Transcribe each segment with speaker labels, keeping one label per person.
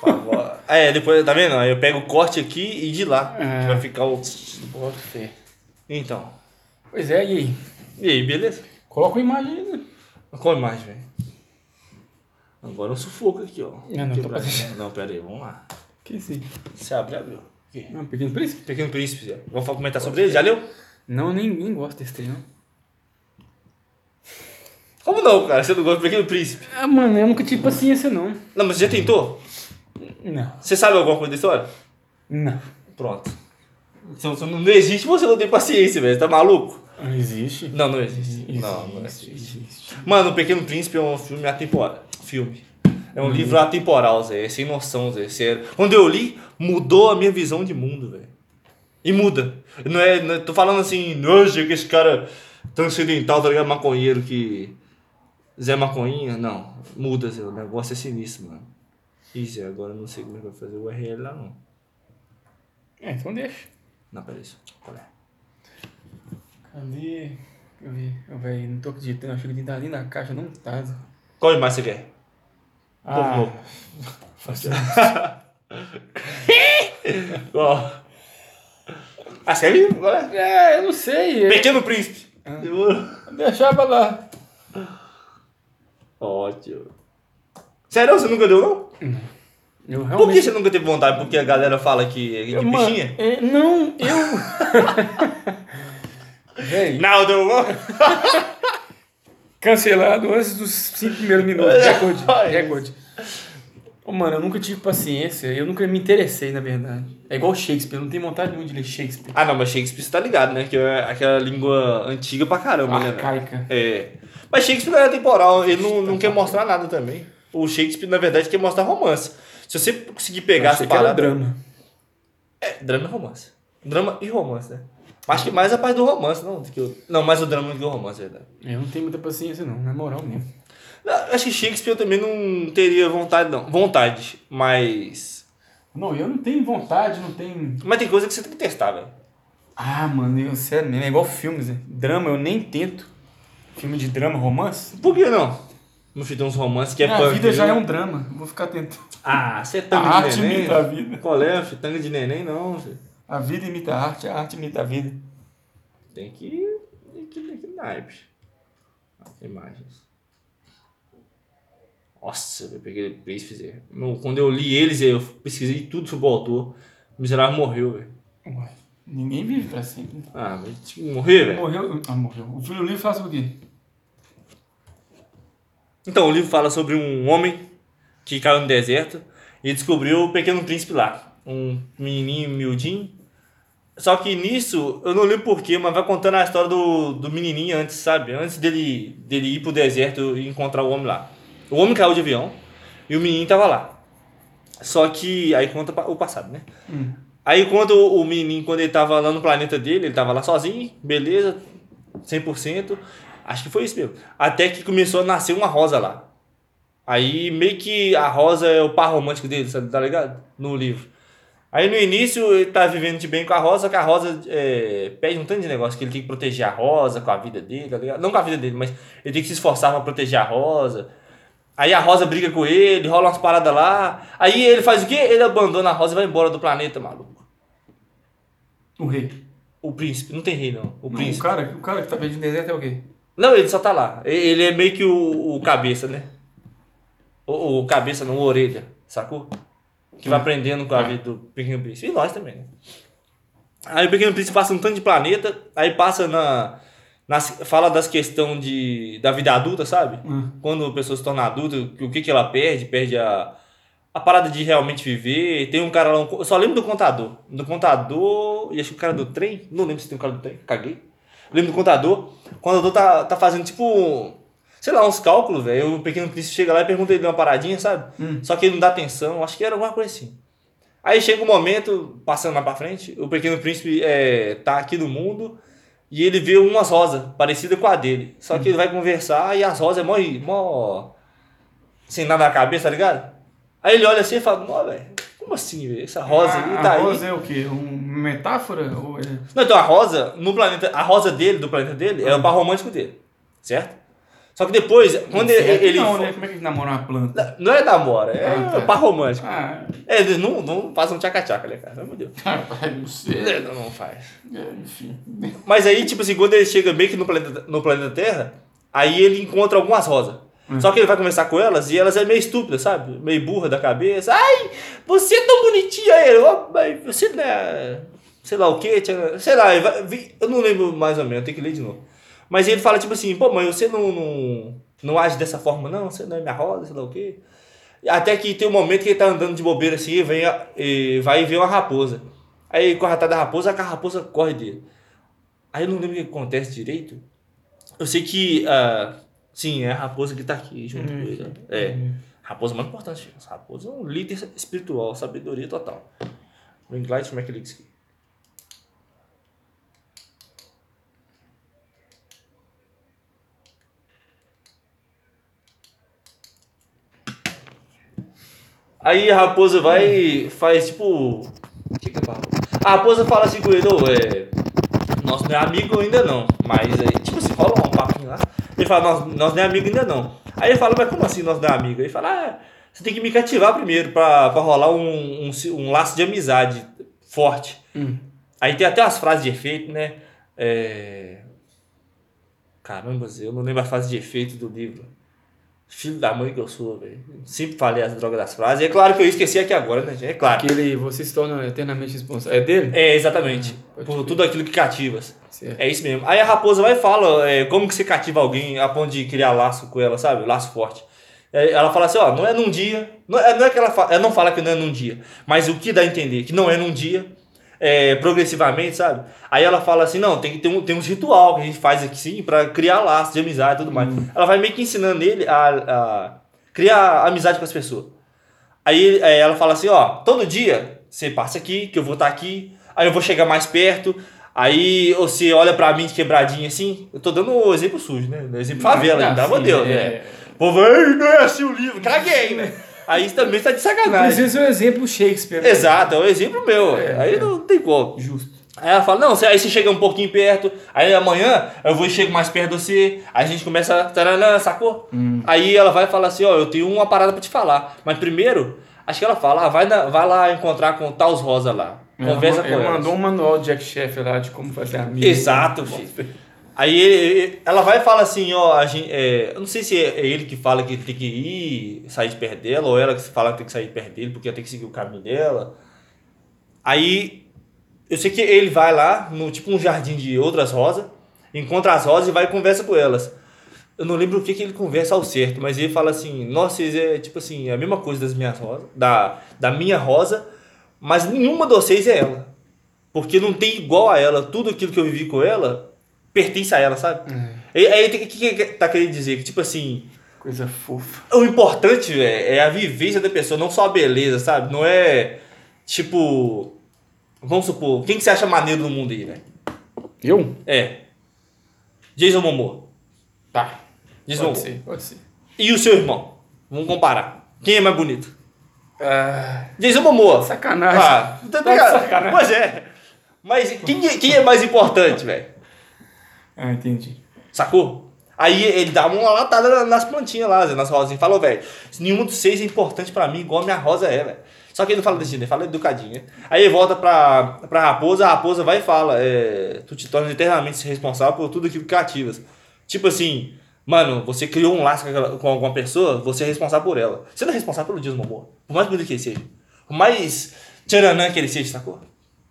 Speaker 1: Favó. Ah, é, depois, tá vendo? Aí eu pego o corte aqui e de lá.
Speaker 2: É.
Speaker 1: que Vai ficar o.
Speaker 2: Bota fé.
Speaker 1: Então.
Speaker 2: Pois é, e aí?
Speaker 1: E aí, beleza?
Speaker 2: Coloca uma imagem aí, né?
Speaker 1: Qual mais, velho? Agora um sufoco aqui, ó.
Speaker 2: Eu não tô
Speaker 1: Quebrar-
Speaker 2: fazendo.
Speaker 1: não, pera aí, vamos lá.
Speaker 2: Que esse?
Speaker 1: Você abre, abriu. Aqui.
Speaker 2: Não, Pequeno Príncipe?
Speaker 1: Pequeno Príncipe, Zé. vamos falar- comentar sobre ele? Já leu?
Speaker 2: Não, nem, nem gosto desse trem, não.
Speaker 1: Como não, cara? Você não gosta do Pequeno Príncipe?
Speaker 2: Ah, mano, eu nunca tive paciência, não.
Speaker 1: Não, mas você já tentou?
Speaker 2: Não.
Speaker 1: Você sabe alguma coisa da história?
Speaker 2: Não.
Speaker 1: Pronto. Se você não, não existe, você não tem paciência, velho. Tá maluco?
Speaker 2: Não existe.
Speaker 1: Não, não existe. Não, não existe. Mano, O Pequeno Príncipe é um filme atemporal. Filme. É um livro atemporal, Zé. É sem noção, Zé. Sério. Quando eu li, mudou a minha visão de mundo, velho. E muda. Não é, não é- Tô falando assim, hoje que esse cara transcendental, tá ligado? Maconheiro que. Zé Maconhinha? Não. Muda, Zé. O negócio é sinistro, mano. Ih, Zé, agora eu não sei como é que vai fazer o URL lá, não.
Speaker 2: É, então deixa.
Speaker 1: Não, peraí. só. Qual é?
Speaker 2: Cadê? Eu vi. Eu, velho, não tô acreditando. Achei que ele tá ali na caixa, não tá. Zé.
Speaker 1: Qual imagem você quer?
Speaker 2: Ah,
Speaker 1: Tá louco. Qual? Ah, você quer vir? Qual é?
Speaker 2: é, eu não sei. é-
Speaker 1: Pequeno Príncipe. Demorou.
Speaker 2: Deixava lá.
Speaker 1: Ótimo. Sério, você nunca deu, não?
Speaker 2: Eu
Speaker 1: Por
Speaker 2: realmente.
Speaker 1: que você nunca teve vontade? Porque a galera fala que é de
Speaker 2: Mano,
Speaker 1: bichinha?
Speaker 2: é, não, eu. Véi,
Speaker 1: Não, deu não?
Speaker 2: cancelado antes dos 5 primeiros minutos. Recorde, recorde. Ô, mano, eu nunca tive paciência, eu nunca me interessei, na verdade. É igual Shakespeare, eu não tenho vontade nenhuma de ler Shakespeare.
Speaker 1: Ah, não, mas Shakespeare você tá ligado, né? Que é aquela língua antiga pra caramba, né? velho?
Speaker 2: Arcaica.
Speaker 1: É. Mas Shakespeare era temporal, ele não, não quer mostrar nada também. O Shakespeare, na verdade, quer mostrar romance. Se você conseguir pegar as
Speaker 2: Achei que era
Speaker 1: paradas.
Speaker 2: drama.
Speaker 1: É, drama e romance. Drama e romance, né? Acho que mais a parte do romance, não. do que o- Não, mais o drama do que o romance, é verdade.
Speaker 2: Eu não tenho muita paciência, não, na moral mesmo.
Speaker 1: Ah, Acho que Shakespeare eu também não teria vontade, não. Vontade, mas.
Speaker 2: Não, eu não tenho vontade, não tenho.
Speaker 1: Mas tem coisa que você tem que testar, velho.
Speaker 2: Ah, mano, eu, sério mesmo, é igual filmes, né? Drama eu nem tento. Filme de drama, romance?
Speaker 1: Por que não? No fim tem uns romances que é
Speaker 2: Minha
Speaker 1: punk,
Speaker 2: vida já
Speaker 1: viu?
Speaker 2: é um drama, vou ficar tentando.
Speaker 1: Ah, você é
Speaker 2: A
Speaker 1: tanga
Speaker 2: arte
Speaker 1: de neném?
Speaker 2: imita a vida.
Speaker 1: Qual é, filho? Tanga de neném não, filho.
Speaker 2: A vida imita a arte, a arte imita a vida.
Speaker 1: Tem que. Tem que tem que naipe. Ah, Imagens. Nossa, eu peguei príncipe. Zé. Meu, Quando eu li eles, eu pesquisei tudo sobre o autor. O miserável morreu, velho.
Speaker 2: Ué, ninguém vive pra sempre.
Speaker 1: Ah, mas tipo, morrer, velho.
Speaker 2: Morreu. Ah, morreu. O filho livre fala sobre o quê?
Speaker 1: Então, o livro fala sobre um homem que caiu no deserto e descobriu o Pequeno Príncipe lá. Um menininho miudinho. Só que nisso, eu não lembro porquê, mas vai contando a história do, do menininho antes, sabe? Antes dele, dele ir pro deserto e encontrar o homem lá. O homem caiu de avião e o menino tava lá. Só que aí conta pa- o passado, né?
Speaker 2: Hum.
Speaker 1: Aí quando o o menininho, quando ele tava lá no planeta dele, ele tava lá sozinho, beleza, 100%, acho que foi isso mesmo. Até que começou a nascer uma rosa lá. Aí meio que a rosa é o par romântico dele, sabe, tá ligado? No livro. Aí no início ele tá vivendo de bem com a rosa, que a rosa é, pede um tanto de negócio, que ele tem que proteger a rosa com a vida dele, tá ligado? Não com a vida dele, mas ele tem que se esforçar pra proteger a rosa. Aí a Rosa briga com ele, rola umas paradas lá. Aí ele faz o quê? Ele abandona a Rosa e vai embora do planeta, maluco.
Speaker 2: O rei.
Speaker 1: O príncipe, não tem rei não. O
Speaker 2: Não, o,
Speaker 1: príncipe.
Speaker 2: cara, o cara que tá perdido no deserto é o quê?
Speaker 1: Não, ele só tá lá. E- Ele é meio que o, o cabeça, né? O, o cabeça, não, o orelha, sacou? Que vai aprendendo
Speaker 2: É.
Speaker 1: com a vida do Pequeno Príncipe. E nós também, né? Aí o Pequeno Príncipe passa um tanto de planeta, aí passa na. nas- fala das questões de, da vida adulta, sabe?
Speaker 2: Hum.
Speaker 1: Quando a pessoa se torna adulta, o que, que ela perde? Perde a, a parada de realmente viver. Tem um cara lá, um co- eu só lembro do contador. Do contador, e acho que o cara do trem, não lembro se tem um cara do trem, caguei. Lembro do contador. O contador tá, tá fazendo tipo, sei lá, uns cálculos, velho. O pequeno príncipe chega lá e pergunta ele uma paradinha, sabe? Só que ele não dá atenção, acho que era alguma coisa assim. Aí chega um momento, passando mais pra frente, o pequeno príncipe é, tá aqui no mundo e ele vê umas rosas parecidas com a dele. Só que ele vai conversar e as rosas é mó, mó sem nada na cabeça, tá ligado? Aí ele olha assim e fala, ó, velho, como assim, velho? Essa rosa aí
Speaker 3: Ah,
Speaker 2: a,
Speaker 1: tá
Speaker 2: a
Speaker 1: aí.
Speaker 2: rosa é o quê?
Speaker 3: Um
Speaker 2: Uma metáfora? Ou é...
Speaker 3: Ah.
Speaker 1: Não, então a rosa, no planeta, a rosa dele, do planeta dele, é o par romântico dele, certo? Só que depois, quando ele.
Speaker 3: Inseto
Speaker 1: ele
Speaker 3: não,
Speaker 1: fo-
Speaker 3: né? Como é que namora uma planta?
Speaker 1: Não é namora, é
Speaker 3: Ah, tá.
Speaker 1: par romântico.
Speaker 3: Ah,
Speaker 1: É, eles não, não fazem um tchaca-tchaca, né, cara? Meu Deus.
Speaker 4: Rapaz, não sei.
Speaker 1: É, Não, não faz.
Speaker 4: É, enfim.
Speaker 1: Mas aí, tipo assim, quando ele chega meio que no planeta, no planeta Terra, aí ele encontra algumas rosas. Só que ele vai conversar com elas e elas é meio estúpidas, sabe? Meio burra da cabeça. Ai, você é tão bonitinha aí. ó, mas Você não é. Sei lá o quê. tchaca- Sei lá, ele vai- vi- eu não lembro mais ou menos, eu tenho que ler de novo. Mas ele fala, tipo assim, pô, mãe, você não, não, não age dessa forma, não, você não é minha rosa, sei lá o quê. Até que tem um momento que ele tá andando de bobeira assim e, vem a- e vai ver uma raposa. Aí ele corre atrás da raposa, a raposa corre dele. Aí eu não lembro o que acontece direito. Eu sei que. ah, sim, é a raposa que tá aqui junto com ele. né? É. Raposa é mais importante. gente. Raposa é um líder espiritual, sabedoria total. No inglês, como é que ele diz? aqui? Aí a raposa vai e faz tipo. O que que é pra raposa? A raposa fala assim com ele, ô, é. Nós não é amigo ainda não. Mas aí, tipo assim, rola um papinho lá. Ele fala, nós, nós não é amigo ainda não. Aí ele fala, mas como assim nós não é amigo? Ele fala, ah, você tem que me cativar primeiro pra, pra rolar um, um, ci- um laço de amizade forte.
Speaker 3: Hum.
Speaker 1: Aí tem até umas frases de efeito, né? É... Caramba, Zé, eu não lembro a frase de efeito do livro. Filho da mãe que eu sou, velho. Sempre falei as drogas das frases. E é claro que eu esqueci aqui agora, né? gente? É claro.
Speaker 3: Aquele você se torna eternamente responsável. É dele?
Speaker 1: É, exatamente.
Speaker 3: pode
Speaker 1: Por
Speaker 3: crer.
Speaker 1: tudo aquilo que cativas.
Speaker 3: Certo.
Speaker 1: É isso mesmo. Aí a raposa vai e fala é, como que você cativa alguém a ponto de criar laço com ela, sabe? Laço forte. É, Ela fala assim, ó, não é num dia. Não é, não é que ela, fa- ela não fala que não é num dia, mas o que dá a entender? Que não é num dia, é, progressivamente, sabe? Aí ela fala assim, não, tem que ter um, tem uns ritual que a gente faz aqui sim pra criar laço de amizade e tudo mais. Ela vai meio que ensinando ele a, a criar amizade com as pessoas. Aí é, ela fala assim, ó, todo dia você passa aqui, que eu vou estar aqui, aí eu vou chegar mais perto, aí você olha pra mim de quebradinha assim, eu tô dando o exemplo sujo, né? Exemplo favela,
Speaker 3: Ah,
Speaker 1: pelo amor
Speaker 3: sim,
Speaker 1: de Deus,
Speaker 3: é.
Speaker 1: né? O povo, ei, não é assim o livro, caguei, né? Aí isso também tá de sacanagem.
Speaker 3: Precisa ser um exemplo Shakespeare. né?
Speaker 1: Exato, é um exemplo meu, aí não tem como.
Speaker 3: Justo.
Speaker 1: Aí ela fala, não, você- aí você chega um pouquinho perto, aí amanhã eu vou e chego mais perto de você, aí a gente começa, a- taranã, sacou? Aí ela vai falar assim, ó, eu tenho uma parada pra te falar, mas primeiro, acho que ela fala, ah, vai, na- vai lá encontrar com Taos Rosa lá, conversa
Speaker 3: Ela
Speaker 1: com
Speaker 3: mandou-
Speaker 1: É, ela.
Speaker 3: ela. mandou um manual de Jack Sheffer lá de como fazer amigo.
Speaker 1: Exato, filho. Aí ele- ele- ela vai e fala assim, ó, a gente, é, eu não sei se é ele que fala que tem que ir sair de perto dela, ou ela que fala que tem que sair de perto dele, porque ela tem que seguir o caminho dela. Aí eu sei que ele vai lá, no tipo um jardim de outras rosas, encontra as rosas e vai e conversa com elas. Eu não lembro o que, que ele conversa ao certo, mas ele fala assim, nossa, vocês é tipo assim, é a mesma coisa das minhas rosas, da, da minha rosa, mas nenhuma de vocês é ela. Porque não tem igual a ela. Tudo aquilo que eu vivi com ela pertence a ela, sabe? E- Aí o que, que- que tá querendo dizer? Que, tipo assim,
Speaker 3: é, Coisa fofa.
Speaker 1: o importante véi, é a vivência da pessoa, não só a beleza, sabe? Não é tipo. Vamos supor, quem que você acha maneiro no mundo aí, né?
Speaker 3: Eu?
Speaker 1: É. Jason Momoa.
Speaker 3: Tá.
Speaker 1: Jason
Speaker 3: pode
Speaker 1: Momoa.
Speaker 3: ser, pode ser.
Speaker 1: E o seu irmão? Vamos comparar. Quem é mais bonito?
Speaker 3: Ah,
Speaker 1: Jason Momoa.
Speaker 3: sacanagem.
Speaker 1: Ah,
Speaker 3: Tá
Speaker 1: tá
Speaker 3: de
Speaker 1: ligado?
Speaker 3: sacanagem.
Speaker 1: Pois é. Mas quem é- quem é mais importante, velho?
Speaker 3: Ah, entendi.
Speaker 1: Sacou? Aí ele dá uma latada na- nas plantinhas lá, Zé, nas rosinhas. Falou, velho, nenhum dos seis é importante pra mim, igual a minha rosa é, velho. Só que ele não fala desse jeito, ele fala educadinho, né? Aí ele volta pra, pra raposa, a raposa vai e fala, é, tu te tornas eternamente responsável por tudo aquilo que ativas. Tipo assim, mano, você criou um laço com, aquela- com alguma pessoa, você é responsável por ela. Você não é responsável pelo Deus, amor. Por mais bonito que ele seja. Por mais tcharanã que ele seja, sacou?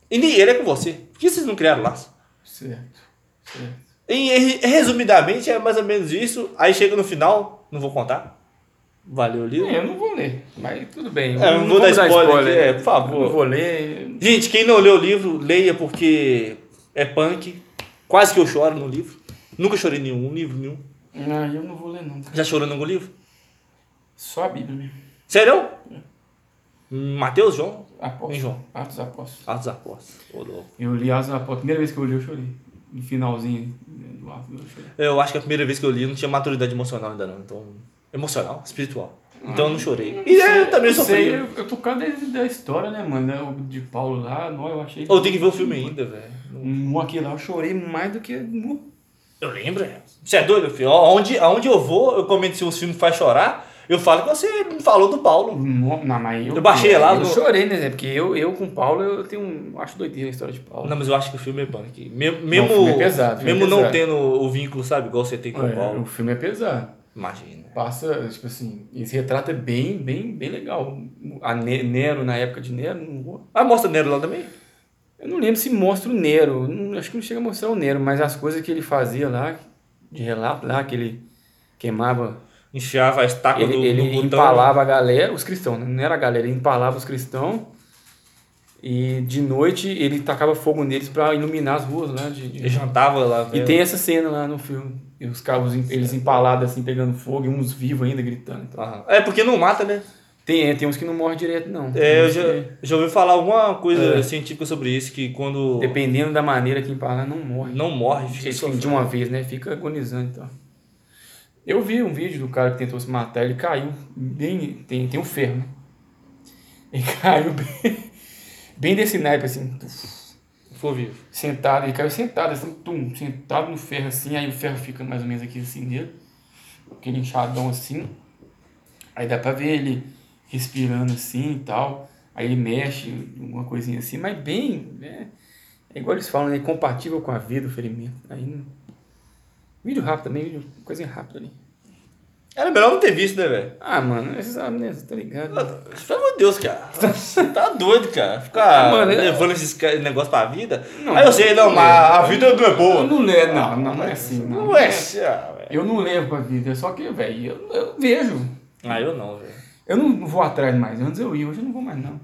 Speaker 1: E nem ele é com você. Por que vocês não criaram laço?
Speaker 3: Certo. Certo.
Speaker 1: Em, re- resumidamente, é mais ou menos isso. Aí chega no final, não vou contar. Valeu o livro.
Speaker 3: É, eu não vou ler, mas tudo bem.
Speaker 1: É, eu não vou dar
Speaker 3: dar
Speaker 1: spoiler aqui, é, por favor.
Speaker 3: Eu não vou ler.
Speaker 1: Gente, quem não leu o livro, leia porque é punk. Quase que eu choro no livro. Nunca chorei em nenhum um livro, nenhum.
Speaker 3: Não, Ah, eu não vou ler não. cara.
Speaker 1: Já chorou em algum livro?
Speaker 3: Só a Bíblia mesmo.
Speaker 1: Sério? Mateus, João?
Speaker 3: Apóstolo.
Speaker 1: Em João.
Speaker 3: Atos dos Apóstolos.
Speaker 1: Atos dos Apóstolos. Ô, louco.
Speaker 3: Eu li Atos dos Apóstolos. Primeira vez que eu li, eu chorei. No finalzinho né, do Atos, eu chorei.
Speaker 1: Eu acho que a primeira vez que eu li, eu não tinha maturidade emocional ainda não. Então, emocional, espiritual. Então eu não chorei. E eu também
Speaker 3: Não
Speaker 1: sofri.
Speaker 3: Hum. sei, eu, eu por causa desse- da história, né, mano? né, o De Paulo lá, não, eu achei.
Speaker 1: Eu tenho que ver o filme ainda, velho.
Speaker 3: Um, aqui lá, eu chorei mais do que. no-
Speaker 1: Eu lembro. é. Você é doido, meu filho? Onde, aonde eu vou, eu comento se os filmes faz chorar, eu falo que você me falou do Paulo.
Speaker 2: Não, não, mas eu,
Speaker 1: Eu baixei lá
Speaker 2: Eu
Speaker 1: no-
Speaker 2: chorei, né? Zé? Porque eu, eu com o Paulo, eu tenho um. Acho doideira a história de Paulo.
Speaker 1: Não, mas eu acho que o filme é punk. Me-
Speaker 2: o
Speaker 1: Mesmo,
Speaker 2: filme é pesado, o filme é
Speaker 1: mesmo não
Speaker 2: pesado.
Speaker 1: tendo o vínculo, sabe, igual você tem com o
Speaker 2: É,
Speaker 1: Paulo.
Speaker 2: o filme é pesado.
Speaker 1: Imagina.
Speaker 2: Passa, tipo assim, esse retrato é bem, bem, bem legal. A Ne- Nero, na época de Nero, não-
Speaker 1: Ah, mostra Nero lá também?
Speaker 2: eu não lembro se mostra o Nero. não- acho que não chega a mostrar o Nero, mas as coisas que ele fazia lá, de relato lá, que ele queimava
Speaker 1: Enfiava a estaca
Speaker 2: Ele,
Speaker 1: Ah, do,
Speaker 2: ele
Speaker 1: do botão.
Speaker 2: empalava a galera, os cristãos, né? não era a galera, ele empalava os cristãos. E de noite ele tacava fogo neles pra iluminar as ruas lá. De, de-
Speaker 1: Ele jantava lá.
Speaker 2: E
Speaker 1: né?
Speaker 2: tem essa cena lá no filme. E os cabos, em- eles empalados assim, pegando fogo, e uns vivos ainda gritando. Então.
Speaker 1: Aham. É porque não mata, né?
Speaker 2: Tem, é, tem uns que não morrem direto, não.
Speaker 1: É,
Speaker 2: Tem
Speaker 1: eu
Speaker 2: uns
Speaker 1: já,
Speaker 2: que,
Speaker 1: já ouvi falar alguma coisa
Speaker 2: É.
Speaker 1: científica sobre isso, que quando
Speaker 2: Dependendo da maneira que empalar, não morre.
Speaker 1: não morre, fica
Speaker 2: Eles
Speaker 1: sofrendo.
Speaker 2: de uma vez, né? Fica agonizando então. Eu vi um vídeo do cara que tentou se matar, ele caiu bem. Tem, tem um ferro, né? Ele caiu bem, bem desse naipe, assim,
Speaker 1: Ficou vivo.
Speaker 2: sentado, ele caiu sentado, assim, tum, sentado no ferro assim, aí o ferro fica mais ou menos aqui assim nele, aquele inchadão assim. Aí dá pra ver ele respirando assim e tal. Aí ele mexe, uma coisinha assim, mas bem, né? É igual eles falam, né? Compatível com a vida o ferimento. Aí não... Vídeo rápido também, vídeo, coisinha rápida ali.
Speaker 1: Era melhor não ter visto, né, velho?
Speaker 2: Ah, mano, esses amnésias, tá ligado? né?
Speaker 1: Pelo amor de Deus, cara. Você tá doido, cara. Ficar
Speaker 2: Ah, mano, é-
Speaker 1: levando esses ca- negócios pra vida.
Speaker 2: Não.
Speaker 1: Aí eu sei, não, mas a vida não é boa.
Speaker 2: Eu não levo, não, não, não é assim, não.
Speaker 1: Não é, ah, velho.
Speaker 2: Eu não levo pra vida, é só que, velho, eu, eu vejo.
Speaker 1: Ah, eu não, velho.
Speaker 2: Eu não vou atrás mais. Antes eu ia, hoje eu não vou mais, não.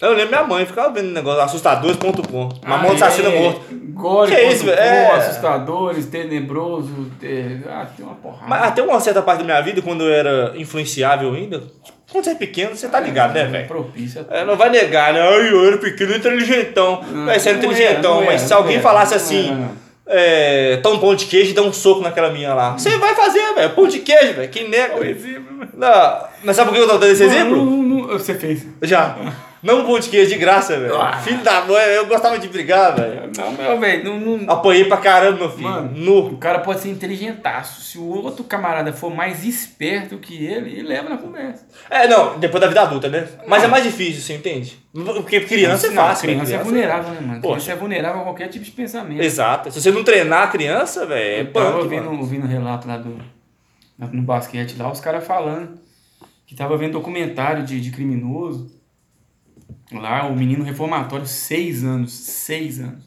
Speaker 1: Eu lembro minha mãe, ficava vendo negócio assustadores.com. Mamão
Speaker 2: Aê,
Speaker 1: de assassino morto.
Speaker 2: Gore,
Speaker 1: Que
Speaker 2: que
Speaker 1: isso, velho? É.
Speaker 2: assustadores, tenebroso. te- Ah, tem uma porrada.
Speaker 1: Mas até uma certa parte da minha vida, quando eu era influenciável ainda, quando você é pequeno, você tá ligado, né, velho?
Speaker 2: Propício. a-
Speaker 1: É, não vai negar, né? Ai, eu era pequeno inteligentão.
Speaker 2: Não,
Speaker 1: Mas você era
Speaker 2: não
Speaker 1: inteligentão,
Speaker 2: era, não
Speaker 1: mas
Speaker 2: era,
Speaker 1: se alguém
Speaker 2: não
Speaker 1: falasse
Speaker 2: era, não
Speaker 1: assim,
Speaker 2: era, não.
Speaker 1: é, toma um pão de queijo e dá um soco naquela minha lá. Você vai fazer, velho. Pão de queijo, velho. Quem nega, é um velho? Não, Mas sabe por que eu tô dando esse
Speaker 2: Não,
Speaker 1: exemplo?
Speaker 2: não, não, você fez.
Speaker 1: Já. Não um pão de queijo de graça, velho.
Speaker 2: Ah.
Speaker 1: Filho da mãe, eu gostava de brigar, velho.
Speaker 2: Não, meu velho, não, não-
Speaker 1: Apanhei pra caramba, meu filho.
Speaker 2: Mano.
Speaker 1: Nu.
Speaker 2: O cara pode ser inteligentaço. Se o outro camarada for mais esperto que ele, ele leva na conversa.
Speaker 1: É, não, depois da vida adulta, né? Mas é mais difícil, você entende? Porque criança é
Speaker 2: Não,
Speaker 1: fácil, né?
Speaker 2: Criança, é vulnerável, né, mano?
Speaker 1: Poxa.
Speaker 2: Criança é vulnerável a qualquer tipo de pensamento.
Speaker 1: Exato. Se você não treinar a criança, velho, é
Speaker 2: Eu tava
Speaker 1: punk,
Speaker 2: ouvindo,
Speaker 1: mano.
Speaker 2: ouvindo um relato lá do, lá no basquete lá, os caras falando que tava vendo documentário de, de criminoso. Lá, o menino reformatório, seis anos, seis anos.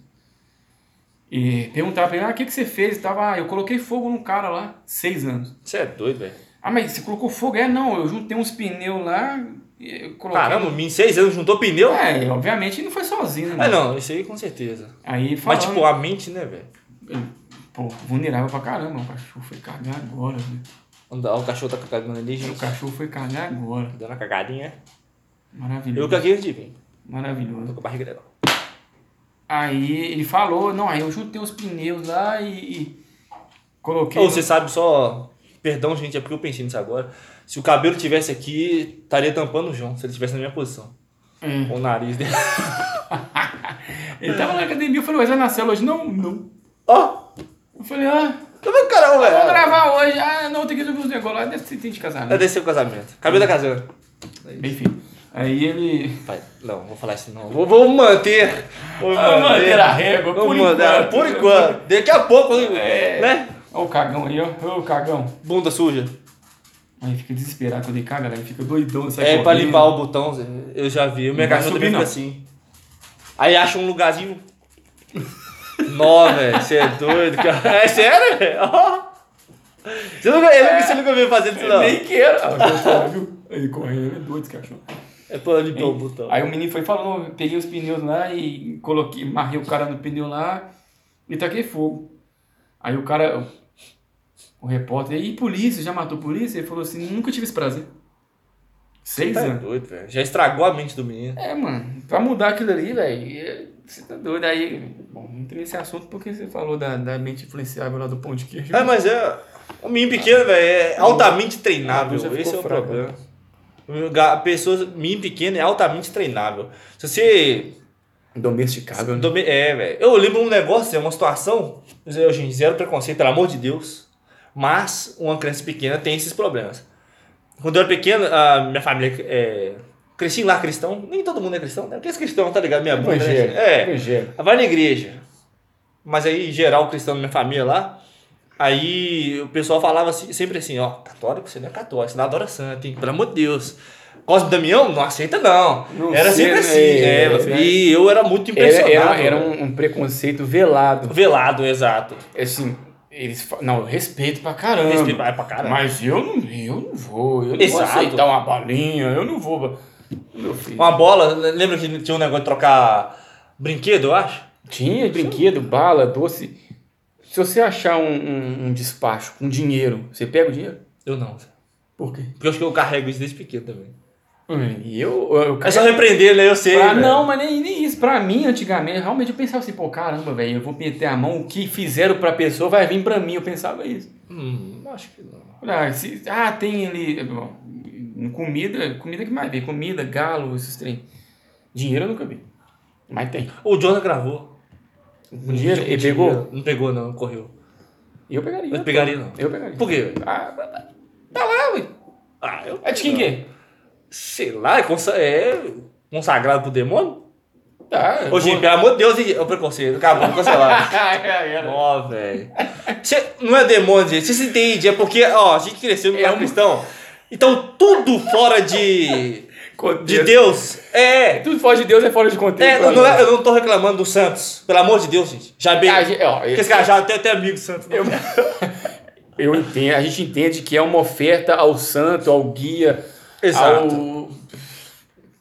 Speaker 2: E perguntava pra ele, ah, o que, que você fez? Tava, ah, eu coloquei fogo num cara lá, seis anos.
Speaker 1: Você é doido, velho.
Speaker 2: Ah, mas você colocou fogo? É, não, eu juntei uns pneus lá e eu coloquei.
Speaker 1: Caramba, em seis anos juntou pneu?
Speaker 2: É, obviamente ele não foi sozinho, né?
Speaker 1: Ah, não, isso aí com certeza.
Speaker 2: Aí
Speaker 1: Mas,
Speaker 2: falando,
Speaker 1: tipo, a mente, né, velho?
Speaker 2: ele, pô, vulnerável pra caramba, o cachorro foi cagar agora, né?
Speaker 1: Anda, ó, o cachorro tá cagando ali, gente.
Speaker 2: O cachorro foi cagar agora.
Speaker 1: Dando a cagadinha. Eu
Speaker 2: Maravilhoso.
Speaker 1: caguei antes de vir. Tô
Speaker 2: Maravilhoso.
Speaker 1: com a barriga legal.
Speaker 2: Aí ele falou, não, aí eu juntei os pneus lá e, e coloquei.
Speaker 1: Ou
Speaker 2: no-
Speaker 1: você sabe só... Perdão, gente, é porque eu pensei nisso agora. Se o cabelo tivesse aqui, estaria tampando o João, se ele estivesse na minha posição.
Speaker 2: Hum.
Speaker 1: Com o nariz dele.
Speaker 2: Ele tava na academia, eu falei, mas vai nascer hoje? Não, não.
Speaker 1: Ó,
Speaker 2: Eu falei, ah,
Speaker 1: como é que caramba,
Speaker 2: vamos
Speaker 1: velho?
Speaker 2: gravar hoje. Ah, não, tem que resolver uns negócios lá, deve ser tem de
Speaker 1: Vai
Speaker 2: casamento.
Speaker 1: descer o casamento. Cabelo da casando.
Speaker 2: Enfim. Aí ele.
Speaker 1: Pai, não, vou falar isso não. Vou, vou manter. Vou
Speaker 2: Ah, manter a régua,
Speaker 1: Vou
Speaker 2: por
Speaker 1: manter-
Speaker 2: enquanto.
Speaker 1: Por enquanto. Daqui a pouco,
Speaker 2: É.
Speaker 1: né?
Speaker 2: Ó o cagão aí, ó. Ó o cagão.
Speaker 1: Bunda suja.
Speaker 2: Aí fica desesperado quando ele caga, ele fica doidão. sai
Speaker 1: É, pra
Speaker 2: correndo.
Speaker 1: limpar o botão, Zé, eu já vi. Minha
Speaker 2: Não vai
Speaker 1: cachorra
Speaker 2: subir,
Speaker 1: também fica
Speaker 2: não.
Speaker 1: assim. Aí acha um lugarzinho. Nó, velho, você é doido, cara. É sério, velho? Ó. Você nunca, eu nunca, você nunca viu fazendo isso, não.
Speaker 2: Nem queira. Ah, eu tô, viu? Aí correndo, ele é doido esse cachorro.
Speaker 1: É pra limpar o botão.
Speaker 2: Aí o menino foi e falou, "Eu peguei os pneus lá e coloquei, marrei o cara no pneu lá e taquei fogo. Aí o cara, o repórter, e polícia, já matou polícia? Ele falou assim, nunca tive esse prazer. Seis
Speaker 1: Tá
Speaker 2: anos.
Speaker 1: doido, velho. Já estragou a mente do menino.
Speaker 2: É, mano, pra mudar aquilo ali, velho, é- você tá doido. Aí, bom, não tem esse assunto porque você falou da, da mente influenciável lá do pão de queijo.
Speaker 1: É, mas é. O menino pequeno, velho, é altamente treinável.
Speaker 2: Ah, já ficou
Speaker 1: Esse é o
Speaker 2: fraco.
Speaker 1: problema. né? Ga- Pessoas, menino pequeno é altamente treinável. Se você
Speaker 2: Domesticável, né?
Speaker 1: Domi- É, velho. Eu lembro um negócio, é uma situação, eu, gente, zero preconceito, pelo amor de Deus. Mas uma criança pequena tem esses problemas. Quando eu era pequeno, a minha família é, cresci em lar cristão. Nem todo mundo é cristão, né? Porque esse cristão, tá ligado? Minha bunda, né?
Speaker 2: Evangelho.
Speaker 1: É.
Speaker 2: Evangelho.
Speaker 1: Vai na igreja. Mas aí, geral, cristão da minha família lá. Aí o pessoal falava assim- sempre assim, ó, católico, você não é católico, você não adora santo, hein? Pelo amor de Deus. Cosme Damião, não aceita não.
Speaker 2: Não
Speaker 1: era
Speaker 2: sei,
Speaker 1: sempre
Speaker 2: né?
Speaker 1: assim. é,
Speaker 2: É,
Speaker 1: meu filho.
Speaker 2: né?
Speaker 1: e eu era muito
Speaker 2: Era,
Speaker 1: impressionado.
Speaker 2: era, era
Speaker 1: velho.
Speaker 2: um, um preconceito velado.
Speaker 1: Velado, exato.
Speaker 2: Assim, eles fa- Não, eu respeito pra caramba.
Speaker 1: Respeito é pra caramba.
Speaker 2: Mas eu não, eu não vou. Eu não vou
Speaker 1: Exato.
Speaker 2: aceitar uma balinha. Eu não vou. Meu filho.
Speaker 1: Uma bola, lembra que tinha um negócio de trocar brinquedo, eu acho?
Speaker 2: Tinha brinquedo, bala, doce. Se você achar um, um, um despacho com dinheiro, você pega o dinheiro?
Speaker 1: Eu não.
Speaker 2: Por quê?
Speaker 1: Porque eu acho que eu carrego isso desde pequeno também.
Speaker 2: E eu. eu
Speaker 1: É só repreender, né? Eu sei.
Speaker 2: Pra-
Speaker 1: velho.
Speaker 2: Ah, não, mas nem, nem isso. Pra mim, antigamente, realmente eu pensava assim, pô, caramba, velho, eu vou meter a mão, o que fizeram pra pessoa vai vir pra mim. Eu pensava isso.
Speaker 1: Hum, acho que não.
Speaker 2: Ah, se- ah, tem ali. bom, Comida, comida que mais vem. Comida, galo, esses trem. Dinheiro eu nunca vi. Mas tem.
Speaker 1: O Jonathan gravou. Hum,
Speaker 2: O dinheiro, ele pegou? Então.
Speaker 1: Não pegou, não, correu.
Speaker 2: Eu pegaria.
Speaker 1: Eu pegaria, não.
Speaker 2: Eu pegaria.
Speaker 1: Por quê? velho?
Speaker 2: Ah, tá lá, ué.
Speaker 1: Ah, eu.
Speaker 2: É de quem que é?
Speaker 1: Sei lá, é, consa- é consagrado pro demônio?
Speaker 2: Tá. eu
Speaker 1: Ô, gente,
Speaker 2: vou-
Speaker 1: pelo amor de Deus, e é o preconceito. Acabou, cancelado.
Speaker 2: Ah, é, era.
Speaker 1: Ó, velho. Cê- Não é demônio, gente. Você se entende. É porque, ó, a gente cresceu no
Speaker 2: É
Speaker 1: lar
Speaker 2: um-
Speaker 1: cristão. Então, tudo fora de... De Deus. É.
Speaker 2: Tudo fora de Deus é fora de contexto.
Speaker 1: É, não, não é- eu não tô reclamando do Santos. Pelo amor de Deus, gente. Já bem.
Speaker 2: Ah, gente, ó,
Speaker 1: Porque esse cara já tem até amigo do Santos. né?
Speaker 2: Eu entendo, a gente entende que é uma oferta ao santo, ao guia,
Speaker 1: Exato.
Speaker 2: ao.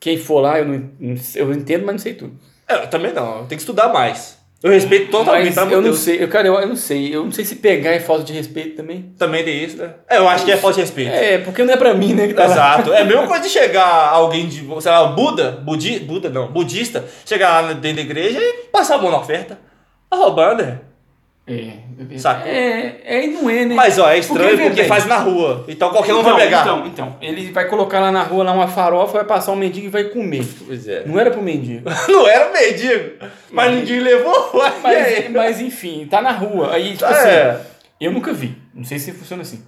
Speaker 2: Quem for lá, eu, não, não sei- eu entendo, mas não sei tudo.
Speaker 1: É, Eu também não. Eu tenho que estudar mais. Eu respeito totalmente,
Speaker 2: mas
Speaker 1: pelo amor
Speaker 2: eu
Speaker 1: de tá
Speaker 2: não
Speaker 1: Deus.
Speaker 2: sei, eu, cara, eu, eu não sei. Eu não sei se pegar é falta de respeito também.
Speaker 1: Também tem isso, né? É, eu acho que é falta de respeito.
Speaker 2: É, porque não é pra mim, né? Que tá lá.
Speaker 1: Exato. É a mesma coisa de chegar alguém de, sei lá, Buda, budi, Buda não, budista, chegar lá dentro da igreja e passar a mão na oferta. Tá roubando, né?
Speaker 2: É,
Speaker 1: Sacou?
Speaker 2: é, é e não é, né?
Speaker 1: Mas ó, é estranho porque,
Speaker 2: Porque, velho,
Speaker 1: faz na rua. Então qualquer um vai pegar.
Speaker 2: Então, então, ele vai colocar lá na rua lá uma farofa, vai passar um mendigo e vai comer.
Speaker 1: Pois é.
Speaker 2: Não era pro mendigo.
Speaker 1: Não era mendigo, mas ninguém levou. Aí,
Speaker 2: Mas, mas enfim, tá na rua. Aí, tipo
Speaker 1: É.
Speaker 2: assim, eu nunca vi. Não sei se funciona assim.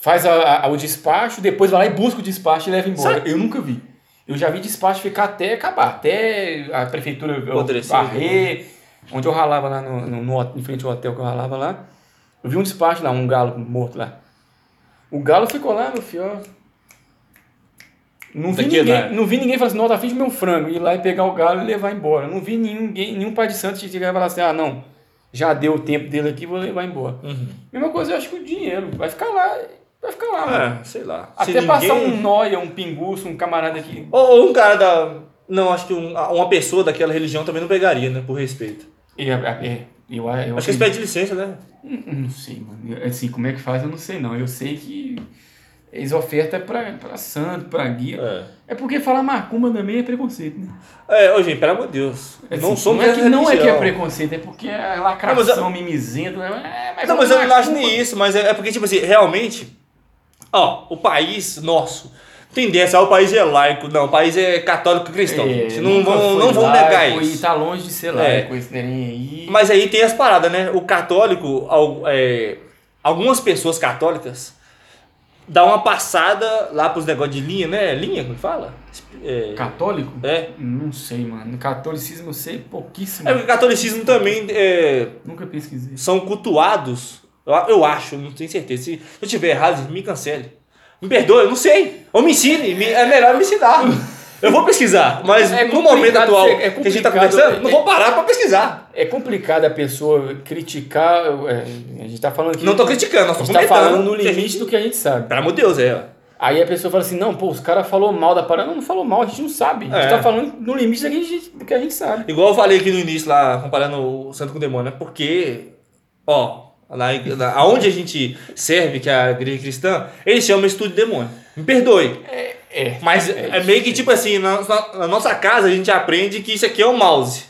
Speaker 2: Faz a- a- o despacho, depois vai lá e busca o despacho e leva embora. Eu nunca vi. Eu já vi despacho ficar até acabar, até a prefeitura
Speaker 1: Apodrecer.
Speaker 2: varrer, onde eu ralava lá no, no- no hot- em frente ao hotel que eu ralava lá. Eu vi um despacho lá, um galo morto lá. O galo ficou lá, meu filho, ó. Não vi,
Speaker 1: Daqui,
Speaker 2: ninguém,
Speaker 1: né?
Speaker 2: não vi ninguém falar assim, não, tá afim de meu frango, ir lá e pegar o galo e levar embora. Não vi ninguém, nenhum pai de santo chegar e falar assim, ah, não, já deu o tempo dele aqui, vou levar embora.
Speaker 1: Uhum.
Speaker 2: Mesma coisa, eu acho que o dinheiro vai ficar lá, vai ficar ah, lá, mano.
Speaker 1: É, sei lá.
Speaker 2: Até
Speaker 1: Se ninguém-
Speaker 2: passar um nóia, um pinguço, um camarada aqui.
Speaker 1: Ou, ou um cara da. Não, acho que um- uma pessoa daquela religião também não pegaria, né? Por respeito.
Speaker 2: É, é, é, eu, eu
Speaker 1: Acho que eles pedem licença, né?
Speaker 2: Hum, Não sei, mano. Eu- Assim, como é que faz, eu não sei, não. Eu sei que eles oferta pra, pra santo, pra guia.
Speaker 1: É.
Speaker 2: É porque falar macumba também é preconceito, né?
Speaker 1: É, ô, gente, pelo amor de Deus.
Speaker 2: Assim,
Speaker 1: não somos
Speaker 2: é que
Speaker 1: essa
Speaker 2: Não é que é
Speaker 1: religião.
Speaker 2: preconceito, é porque é
Speaker 1: Não, mas
Speaker 2: lacração, mimizento. né? É, mas
Speaker 1: Não, mas eu não
Speaker 2: macumba.
Speaker 1: acho nem isso, mas é, é porque, tipo assim, realmente, ó, o país nosso tem dessa, ah, o país é laico, não, o país é católico cristão,
Speaker 2: É,
Speaker 1: gente, não
Speaker 2: nunca
Speaker 1: vão,
Speaker 2: foi
Speaker 1: não vão
Speaker 2: laico
Speaker 1: negar
Speaker 2: E
Speaker 1: isso. É.
Speaker 2: tá longe de ser laico esse trem aí.
Speaker 1: Mas aí tem as paradas, né, o católico, al- é, algumas pessoas católicas dão uma passada lá pros negócios de linha, né, linha, como fala? É,
Speaker 2: Católico?
Speaker 1: é.
Speaker 2: Não sei, mano. Catolicismo eu sei pouquíssimo.
Speaker 1: É porque o catolicismo também é,
Speaker 2: Nunca pesquisei.
Speaker 1: são cultuados, eu, eu acho, não tenho certeza. Se eu tiver errado, me cancele. Me perdoa, eu não sei. Ou me ensine, me- é melhor me ensinar. Eu vou pesquisar, mas
Speaker 2: É
Speaker 1: no momento
Speaker 2: complicado,
Speaker 1: atual
Speaker 2: é
Speaker 1: que a gente tá
Speaker 2: complicado,
Speaker 1: conversando,
Speaker 2: é-
Speaker 1: não vou parar pra pesquisar.
Speaker 2: É complicado a pessoa criticar. é, a gente tá falando aqui.
Speaker 1: Não tô criticando, nós
Speaker 2: A
Speaker 1: estamos
Speaker 2: gente tá
Speaker 1: comentando.
Speaker 2: falando no
Speaker 1: que a
Speaker 2: limite
Speaker 1: gente-
Speaker 2: do que a gente sabe.
Speaker 1: Pelo amor de Deus, é.
Speaker 2: Aí a pessoa fala assim, não, pô, os caras falou mal da parada. Não, não falou mal, a gente não sabe. A gente
Speaker 1: É.
Speaker 2: tá falando no limite do que a gente, do que a gente sabe.
Speaker 1: Igual eu falei aqui no início, lá, comparando o santo com o demônio, né? Porque, ó, na, igre- na, aonde a gente serve, que é a igreja cristã, eles chamam isso tudo de demônio. Me perdoe.
Speaker 2: É.
Speaker 1: Mas é, meio que tipo assim, na, na- na nossa casa a gente aprende que isso aqui é um mouse.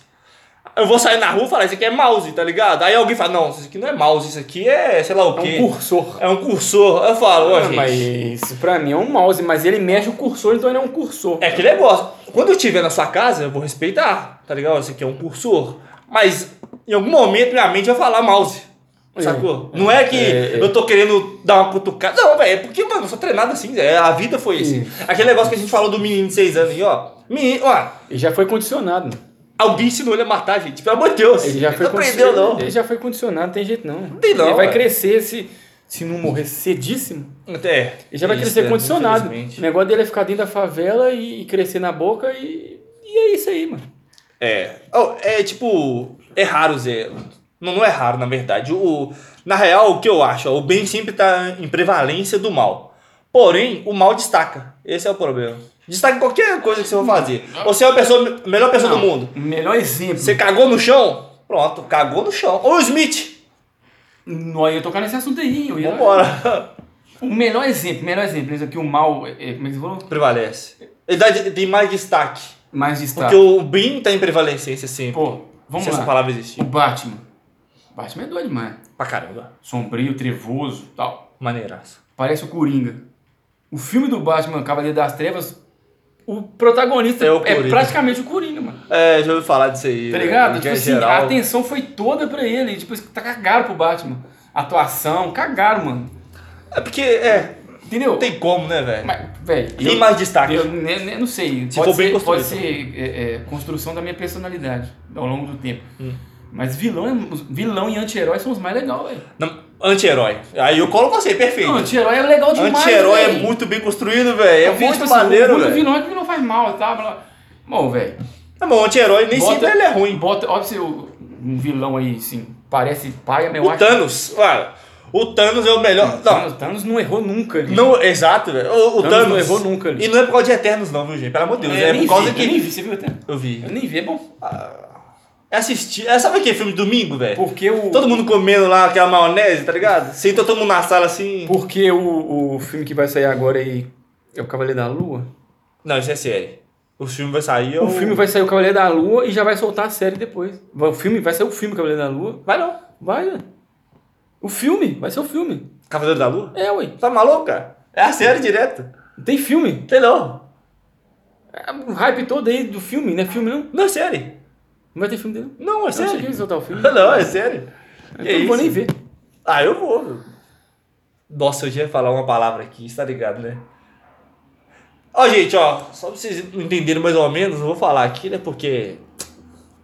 Speaker 1: Eu vou sair na rua e falar, isso aqui é mouse, tá ligado? Aí alguém fala, não, isso aqui não é mouse, isso aqui é sei lá o
Speaker 2: É
Speaker 1: quê.
Speaker 2: um cursor.
Speaker 1: É um cursor. Eu falo, ó,
Speaker 2: Ah,
Speaker 1: gente.
Speaker 2: mas isso pra mim é um mouse, mas ele mexe o cursor, então ele é um cursor.
Speaker 1: É que negócio. Quando eu estiver na sua casa, eu vou respeitar, tá ligado? Isso aqui é um cursor. Mas em algum momento minha mente vai falar mouse. Sacou? não é que
Speaker 2: é, é.
Speaker 1: eu tô querendo dar uma cutucada. Não, velho, é porque, mano, eu sou treinado assim, é, a vida foi assim. Aquele negócio que a gente falou do menino de 6 anos aí, ó. Menino, ó,
Speaker 2: E já foi condicionado.
Speaker 1: alguém ensinou ele a matar, gente. Pelo amor de Deus.
Speaker 2: Ele já foi
Speaker 1: não aprendeu, não.
Speaker 2: Ele já foi condicionado, não tem jeito não.
Speaker 1: tem não,
Speaker 2: Ele vai
Speaker 1: velho.
Speaker 2: crescer se, se não morrer cedíssimo.
Speaker 1: É.
Speaker 2: Ele já vai
Speaker 1: isso,
Speaker 2: crescer
Speaker 1: né,
Speaker 2: condicionado.
Speaker 1: infelizmente.
Speaker 2: O negócio dele é ficar dentro da favela e, e crescer na boca e, e é isso aí, mano.
Speaker 1: É. Oh, é tipo. É raro, Zé. Não, não é raro, na verdade. O, na real, o que eu acho? ó, o bem sempre tá em prevalência do mal. Porém, o mal destaca. Esse é o problema. Destaca em qualquer coisa que você for fazer. Você é a pessoa, a melhor pessoa do mundo.
Speaker 3: Melhor exemplo.
Speaker 1: Você cagou no chão? Pronto, cagou no chão. Ou o Smith.
Speaker 3: Não, eu ia tocar nesse assunto aí. Eu ia...
Speaker 1: Vambora.
Speaker 3: O melhor exemplo, melhor exemplo, isso aqui, o mal, é, é, como é que você falou?
Speaker 1: Prevalece. Ele dá, tem mais destaque.
Speaker 3: Mais destaque.
Speaker 1: Porque o bem tá em prevalência sempre.
Speaker 3: Tá. Pô, vamos
Speaker 1: se
Speaker 3: lá.
Speaker 1: essa palavra
Speaker 3: O
Speaker 1: existir.
Speaker 3: Batman. O Batman é doido demais.
Speaker 1: Pra caramba.
Speaker 3: Sombrio, trevoso tal.
Speaker 1: Maneiraço.
Speaker 3: Parece o Coringa. O filme do Batman, Cavaleiro das Trevas, o protagonista
Speaker 1: É
Speaker 3: é,
Speaker 1: o Coringa.
Speaker 3: praticamente o Coringa, mano.
Speaker 1: É, já ouvi falar disso aí.
Speaker 3: Tá
Speaker 1: né?
Speaker 3: ligado?
Speaker 1: Em
Speaker 3: Tipo assim,
Speaker 1: geral.
Speaker 3: a atenção foi toda pra ele. Tipo, tá cagaram pro Batman. Atuação, cagaram, mano.
Speaker 1: É porque, é,
Speaker 3: Entendeu?
Speaker 1: não tem como, né, velho?
Speaker 3: Mas, velho,
Speaker 1: Tem
Speaker 3: eu-
Speaker 1: mais destaque.
Speaker 3: Eu ne- ne- não sei.
Speaker 1: Se
Speaker 3: pode
Speaker 1: for bem
Speaker 3: ser,
Speaker 1: construído.
Speaker 3: pode ser é, é, construção da minha personalidade ao longo do tempo.
Speaker 1: Hum.
Speaker 3: Mas vilão, é- os- vilão e anti-herói são os mais legais, velho.
Speaker 1: Não, Anti-herói. Aí eu colo você, perfeito.
Speaker 3: Não, Anti-herói é legal demais.
Speaker 1: Anti-herói é
Speaker 3: velho.
Speaker 1: muito bem construído, velho. É
Speaker 3: Eu vejo,
Speaker 2: tipo
Speaker 1: muito
Speaker 3: assim,
Speaker 1: maneiro,
Speaker 3: muito
Speaker 1: velho.
Speaker 3: vilão é que o vilão faz mal e tal. blá, blá. Bom, velho.
Speaker 1: Tá bom, anti-herói nem
Speaker 3: bota-
Speaker 1: sempre ele é ruim.
Speaker 3: Bota, óbvio, se o- um vilão aí, assim, parece paia, mas eu
Speaker 1: O
Speaker 3: acho.
Speaker 1: Thanos, cara. O Thanos é o melhor. Não,
Speaker 2: Thanos, Thanos não errou nunca. ali.
Speaker 1: não exato, velho. O, o
Speaker 2: Thanos
Speaker 1: Thanos.
Speaker 2: não errou nunca ali.
Speaker 1: E não é por causa de Eternos, não, viu, gente? Pelo amor de Deus.
Speaker 3: É,
Speaker 1: É,
Speaker 3: eu nem
Speaker 1: por causa
Speaker 3: vi,
Speaker 1: que.
Speaker 3: Eu nem vi, você viu até?
Speaker 1: Eu vi.
Speaker 3: Eu nem vi, é bom.
Speaker 1: É assistir. É, sabe aquele filme de domingo, velho?
Speaker 2: Porque o.
Speaker 1: É. Todo mundo comendo lá aquela maionese, tá ligado? Senta todo mundo na sala assim.
Speaker 2: Porque o, o filme que vai sair agora aí é o Cavaleiro da Lua.
Speaker 1: Não, isso é série. O filme vai sair.
Speaker 2: O filme vai sair o Cavaleiro da Lua e já vai soltar a série depois. Vai- O filme vai sair o filme Cavaleiro da Lua.
Speaker 1: Vai não.
Speaker 2: Vai, né? O filme, vai ser o filme.
Speaker 1: Cavaleiro da Lua?
Speaker 2: É, ué.
Speaker 1: Tá maluco, cara? É a série direto.
Speaker 2: Tem filme.
Speaker 1: Tem não.
Speaker 2: É, O hype todo aí do filme, não é filme não?
Speaker 1: Não é série.
Speaker 2: Não vai ter filme dele.
Speaker 1: Não, é
Speaker 2: Eu achei que
Speaker 1: série.
Speaker 2: eles soltar o filme.
Speaker 1: Não, é série.
Speaker 2: Então
Speaker 1: Que
Speaker 2: eu não vou
Speaker 1: isso?
Speaker 2: nem ver.
Speaker 1: Ah, eu vou. Nossa, eu já ia falar uma palavra aqui, você tá ligado, né? Ó, gente, ó, só pra vocês entenderem mais ou menos, eu vou falar aqui, né? Porque.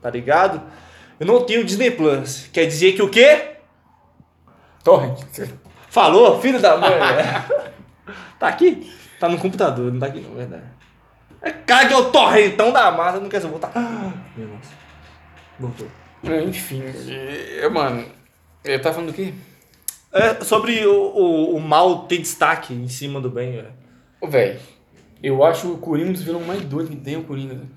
Speaker 1: Tá ligado? Eu não tenho Disney Plus. Quer dizer que o quê?
Speaker 2: Torrent.
Speaker 1: Falou, filho da mãe. tá aqui? Tá no computador, não tá aqui não, verdade. É cara que é o torrentão da massa, não quer saber. Tá... Ah, meu Deus. Voltou.
Speaker 2: É, Enfim. é, Mano, eu tava falando do quê?
Speaker 1: É, sobre o, o, o mal ter destaque em cima do bem, velho.
Speaker 2: Ô, velho, eu acho o Coringa um dos vilões mais doidos que tem o Coringa, velho.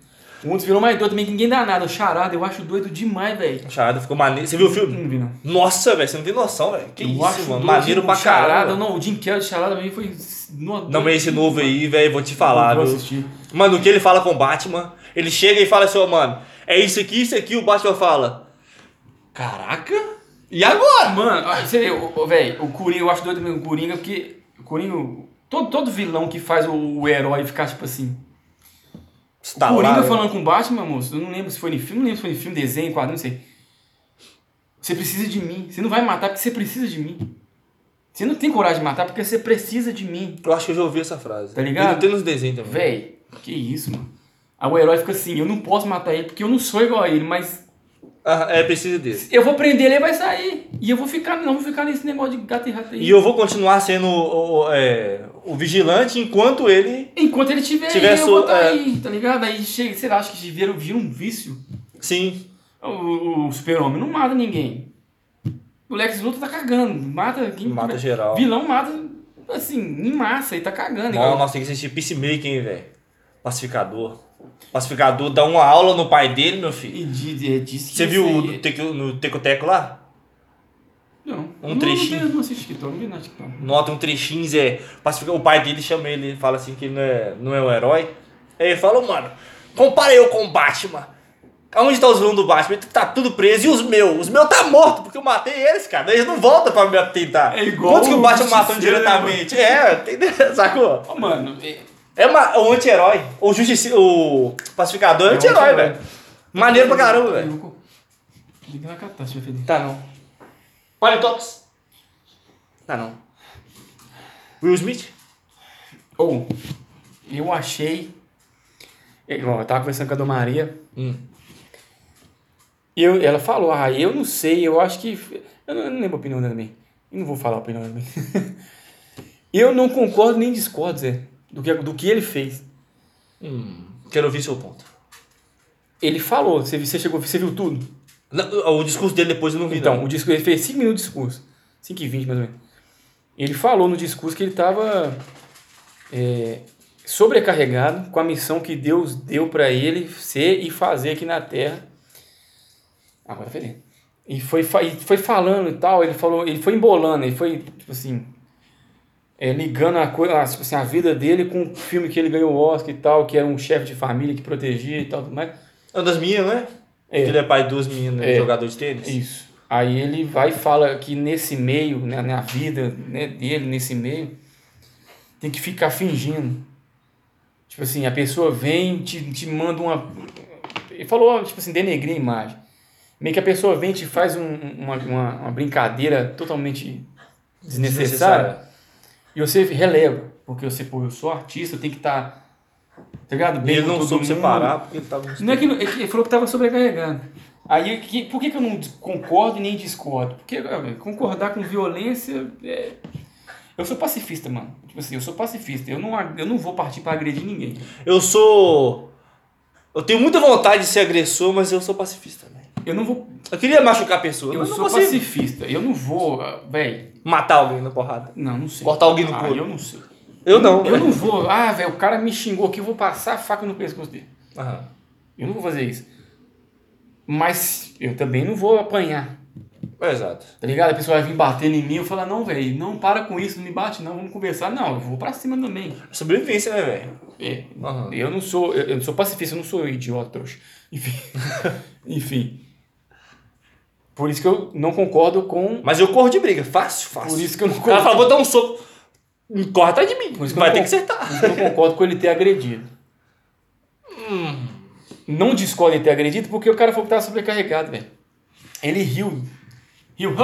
Speaker 2: Um dos vilões mais doidos também que ninguém dá nada. O Charada, eu acho doido demais, velho.
Speaker 1: O Charada ficou maneiro. Você viu o filme?
Speaker 3: Não vi, não.
Speaker 1: Nossa, velho, você não tem noção, velho. Que
Speaker 3: eu
Speaker 1: isso,
Speaker 3: acho
Speaker 1: mano.
Speaker 3: doido
Speaker 1: Maneiro pra
Speaker 3: demais. charada.
Speaker 1: caralho.
Speaker 3: Não, o Jim Carrey de charada pra mim foi. no-
Speaker 1: Não, mas esse novo aí, velho, vou te falar,
Speaker 3: vou
Speaker 1: viu?
Speaker 3: assistir.
Speaker 1: Mano, o que ele fala com o Batman, ele chega e fala assim, ó, mano, é isso aqui, isso aqui, o Batman fala. Caraca? E agora?
Speaker 3: Mano, ó, você vê, ô, ô, velho, o Coringa, eu acho doido mesmo o Coringa, porque o Coringa, todo, todo vilão que faz o, o herói ficar tipo assim.
Speaker 1: Está
Speaker 3: o Coringa
Speaker 1: tá lá, né?
Speaker 3: falando com o Batman, moço, eu não lembro se foi em filme, não lembro se foi em filme, desenho, quadrinho, não sei. Você precisa de mim, você não vai matar porque você precisa de mim. Você não tem coragem de matar porque você precisa de mim.
Speaker 1: Eu acho que eu já ouvi essa frase.
Speaker 3: Tá ligado?
Speaker 1: Ele tem nos desenhos também.
Speaker 3: Véi, que isso, mano. Aí o herói fica assim, eu não posso matar ele porque eu não sou igual a ele, mas
Speaker 1: Ah, é, precisa desse.
Speaker 3: eu vou prender ele e vai sair. E eu vou ficar, não vou ficar nesse negócio de gato e rato aí.
Speaker 1: E eu vou continuar sendo o, o- é, o vigilante enquanto ele.
Speaker 3: Enquanto ele tiver,
Speaker 1: Tiver
Speaker 3: aí, eu vou
Speaker 1: so-
Speaker 3: tá
Speaker 1: é.
Speaker 3: aí, tá ligado? Aí chega, sei lá, acho que vira, vira um vício.
Speaker 1: Sim.
Speaker 3: O, o- o super-homem não mata ninguém. O Lex Luthor tá cagando, mata quem
Speaker 1: Mata geral.
Speaker 3: Vilão mata, assim, em massa, e tá cagando.
Speaker 1: Nossa,
Speaker 3: igual-
Speaker 1: nós temos que assistir Peacemaker, hein, velho. Pacificador. Pacificador dá uma aula no pai dele, meu filho.
Speaker 3: E di- di- disse que
Speaker 1: Você viu
Speaker 3: esse-
Speaker 1: o do teco- no Teco-Teco lá?
Speaker 3: Não,
Speaker 1: um
Speaker 3: Eu não,
Speaker 1: trechinho?
Speaker 3: Não, tenho- não assisti TikTok, não vi nada de TikTok.
Speaker 1: Nota um trechinho, Zé. Pacifica- O pai dele chama ele, fala assim que ele não é, não é um herói. Aí ele fala, mano, compara eu com o Batman. Onde tá os vilões do Batman? Tá tudo preso. E os meus? Os meus tá morto, porque eu matei eles, cara. Eles não voltam pra me tentar.
Speaker 3: É igual
Speaker 1: Quantos que o
Speaker 3: o
Speaker 1: Batman matou
Speaker 3: Justiceiro,
Speaker 1: diretamente? É, entendeu? Sacou?
Speaker 3: Ó, mano, é-
Speaker 1: É uma, o anti-herói. O justiça, o pacificador é, anti-herói,
Speaker 3: anti-herói.
Speaker 1: velho. Maneiro pra
Speaker 3: Tá
Speaker 1: caramba, velho.
Speaker 3: Liga na catástrofe, Felipe.
Speaker 1: Tá não.
Speaker 4: Palitox.
Speaker 1: Tá não. Will Smith?
Speaker 3: Ou, é,
Speaker 2: Eu achei. Igual, eu tava conversando com a Dona Maria.
Speaker 1: Hum.
Speaker 2: E eu, ela falou, ah, eu não sei, eu acho que. Eu não, eu não lembro a opinião dela bem. Eu não vou falar a opinião dela bem. eu não concordo nem discordo, Zé, do que, do que ele fez.
Speaker 1: Hum. Quero ouvir seu ponto.
Speaker 2: Ele falou, você, você chegou, você viu tudo?
Speaker 1: Não, O discurso dele depois eu não vi,
Speaker 2: Então,
Speaker 1: não.
Speaker 2: o discurso, ele fez 5 minutos de discurso. 5 e 20, mais ou menos. Ele falou no discurso que ele estava sobrecarregado com a missão que Deus deu para ele ser e fazer aqui na Terra. Ah, Agora feliz. E foi, fa- e foi falando e tal, ele falou, ele foi embolando, ele foi, tipo assim, é, ligando a, coi- a, tipo assim, a vida dele com o filme que ele ganhou o Oscar e tal, que era um chefe de família que protegia e tal, tudo mais.
Speaker 1: É uma das minhas, né?
Speaker 2: É.
Speaker 1: Que ele é pai de duas meninas,
Speaker 2: É.
Speaker 1: jogador de tênis.
Speaker 2: Isso. Aí ele vai e fala que nesse meio, né, na vida né, dele, nesse meio, tem que ficar fingindo. Tipo assim, a pessoa vem, te, te manda uma. Ele falou, tipo assim, denegrir a imagem. Meio que a pessoa vem e te faz um- uma, uma, uma brincadeira totalmente desnecessária. E você releva. Porque você, pô, eu sou artista, eu tenho que estar. Tá, ligado?
Speaker 1: E ele
Speaker 2: com
Speaker 1: não
Speaker 2: todo
Speaker 1: soube
Speaker 2: mundo.
Speaker 1: separar porque ele tá tava.
Speaker 2: Não é que, é que ele falou que estava sobrecarregado. Aí, que, por que, que eu não dis- concordo e nem discordo? Porque ah, concordar com violência é... Eu sou pacifista, mano. Tipo assim, eu sou pacifista. Eu não, ag- eu não vou partir pra agredir ninguém.
Speaker 1: Eu sou. Eu tenho muita vontade de ser agressor, mas eu sou pacifista também.
Speaker 2: Eu não vou...
Speaker 1: Eu queria machucar a pessoa,
Speaker 2: Eu
Speaker 1: mas eu
Speaker 2: sou
Speaker 1: não consigo
Speaker 2: pacifista. Eu não vou... ah, Véi...
Speaker 1: matar alguém na porrada.
Speaker 2: Não, não sei.
Speaker 1: Cortar alguém no
Speaker 2: ah,
Speaker 1: couro.
Speaker 2: eu não sei.
Speaker 1: Eu não.
Speaker 2: Eu não vou... Ah, velho, o cara me xingou aqui, eu vou passar a faca no pescoço dele.
Speaker 1: Aham.
Speaker 2: Eu não vou fazer isso. Mas eu também não vou apanhar.
Speaker 1: Exato.
Speaker 2: Tá ligado? A pessoa vai vir batendo em mim, eu falo, não, velho, não para com isso, não me bate, não, vamos conversar. Não, eu vou pra cima também.
Speaker 1: Sobrevivência, né, velho?
Speaker 2: É,
Speaker 1: Aham.
Speaker 2: Eu não sou, eu eu não sou pacifista, eu não sou um idiota, trouxa. Enfim. Enfim. Por isso que eu não concordo com.
Speaker 1: Mas eu corro de briga. Fácil, fácil.
Speaker 2: Por isso que eu não
Speaker 1: O cara
Speaker 2: concordo.
Speaker 1: fala, vou dar um soco. Corre atrás de mim.
Speaker 2: Por isso que eu
Speaker 1: Vai
Speaker 2: não
Speaker 1: ter que
Speaker 2: con-
Speaker 1: acertar.
Speaker 2: Por isso que eu não concordo com ele ter agredido.
Speaker 1: Hum.
Speaker 2: Não discordo ele ter agredido porque o cara falou que tava sobrecarregado, velho. Ele riu. Riu.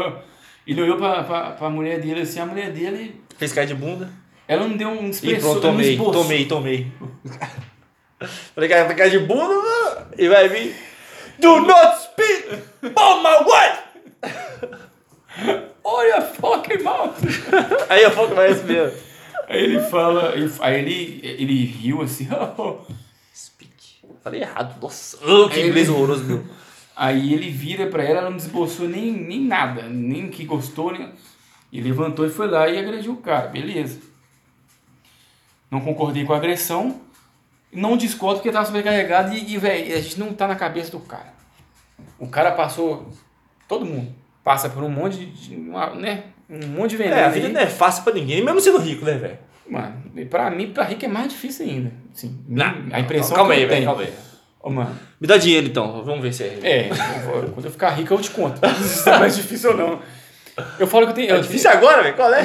Speaker 3: ele olhou pra, pra, pra mulher dele assim, a mulher dele,
Speaker 1: Fez cair de bunda.
Speaker 3: ela não deu um
Speaker 1: E
Speaker 3: expressão,
Speaker 1: pronto, tomei,
Speaker 3: um
Speaker 1: tomei, tomei. Falei, cara, vai cair de bunda mano, e vai vir. Do not speak on my wife!
Speaker 3: Olha, fucking mouth!
Speaker 1: Aí eu falo que vai isso mesmo.
Speaker 3: Aí ele fala, ele- aí ele, ele riu assim,
Speaker 1: Speak. Falei errado, nossa. Ah, que
Speaker 3: Aí
Speaker 1: inglês
Speaker 3: ele-
Speaker 1: horroroso, meu.
Speaker 3: Aí ele vira pra ela, ela não desbolsou nem, nem nada, nem que gostou, nem... E levantou e foi lá e agrediu o cara, beleza. Não concordei com a agressão, não discordo porque tava sobrecarregado e, e velho, a gente não tá na cabeça do cara.
Speaker 2: O cara passou. Todo mundo passa por um monte de. uma- né? Um monte de veneno.
Speaker 1: É, a vida
Speaker 2: aí.
Speaker 1: não é fácil pra ninguém, mesmo sendo rico, né, velho?
Speaker 2: Mano, e pra mim, pra rico é mais difícil ainda. Assim,
Speaker 1: Não,
Speaker 2: a impressão
Speaker 1: calma
Speaker 2: que
Speaker 1: aí,
Speaker 2: eu
Speaker 1: velho,
Speaker 2: tenho.
Speaker 1: calma aí.
Speaker 2: Ô, mano,
Speaker 1: Me dá dinheiro então, vamos ver se é. rico.
Speaker 2: é, eu vou- quando eu ficar rico eu te conto. Se é mais difícil ou não. Eu falo que eu tenho.
Speaker 1: É
Speaker 2: eu-
Speaker 1: difícil agora, velho, qual é?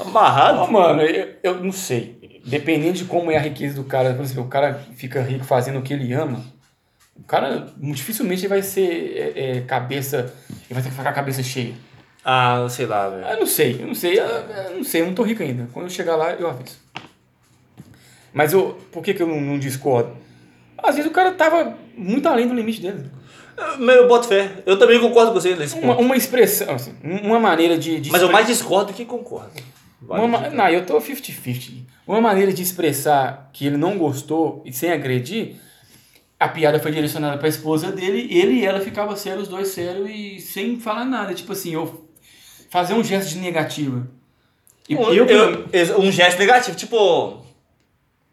Speaker 1: Amarrado.
Speaker 2: Ô, mano, eu, eu não sei. Dependendo de como é a riqueza do cara, por exemplo, o cara fica rico fazendo o que ele ama, o cara muito dificilmente ele vai ser é, é, cabeça. Ele vai ter que ficar com a cabeça cheia.
Speaker 1: Ah, sei lá,
Speaker 2: Ah,
Speaker 1: velho.
Speaker 2: Eu não sei, eu não sei, eu, eu não sei, eu não tô rico ainda. Quando eu chegar lá, eu aviso. Mas eu, por que, que eu não, não discordo? Às vezes o cara tava muito além do limite dele.
Speaker 1: Mas eu boto fé. Eu também concordo com você nesse
Speaker 2: Uma,
Speaker 1: ponto.
Speaker 2: uma expressão, assim, uma maneira de. de
Speaker 1: Mas eu
Speaker 2: expre-
Speaker 1: mais né? discordo que concordo. Vale
Speaker 2: uma, ma- Não, eu tô 50-50. Uma maneira de expressar que ele não gostou e sem agredir,
Speaker 3: A piada foi direcionada pra esposa dele, ele e ela ficavam sérios, os dois sérios e sem falar nada. Tipo assim, eu fazer um gesto de negativa. E
Speaker 1: Um-
Speaker 3: eu,
Speaker 1: eu- ex- um gesto negativo, tipo.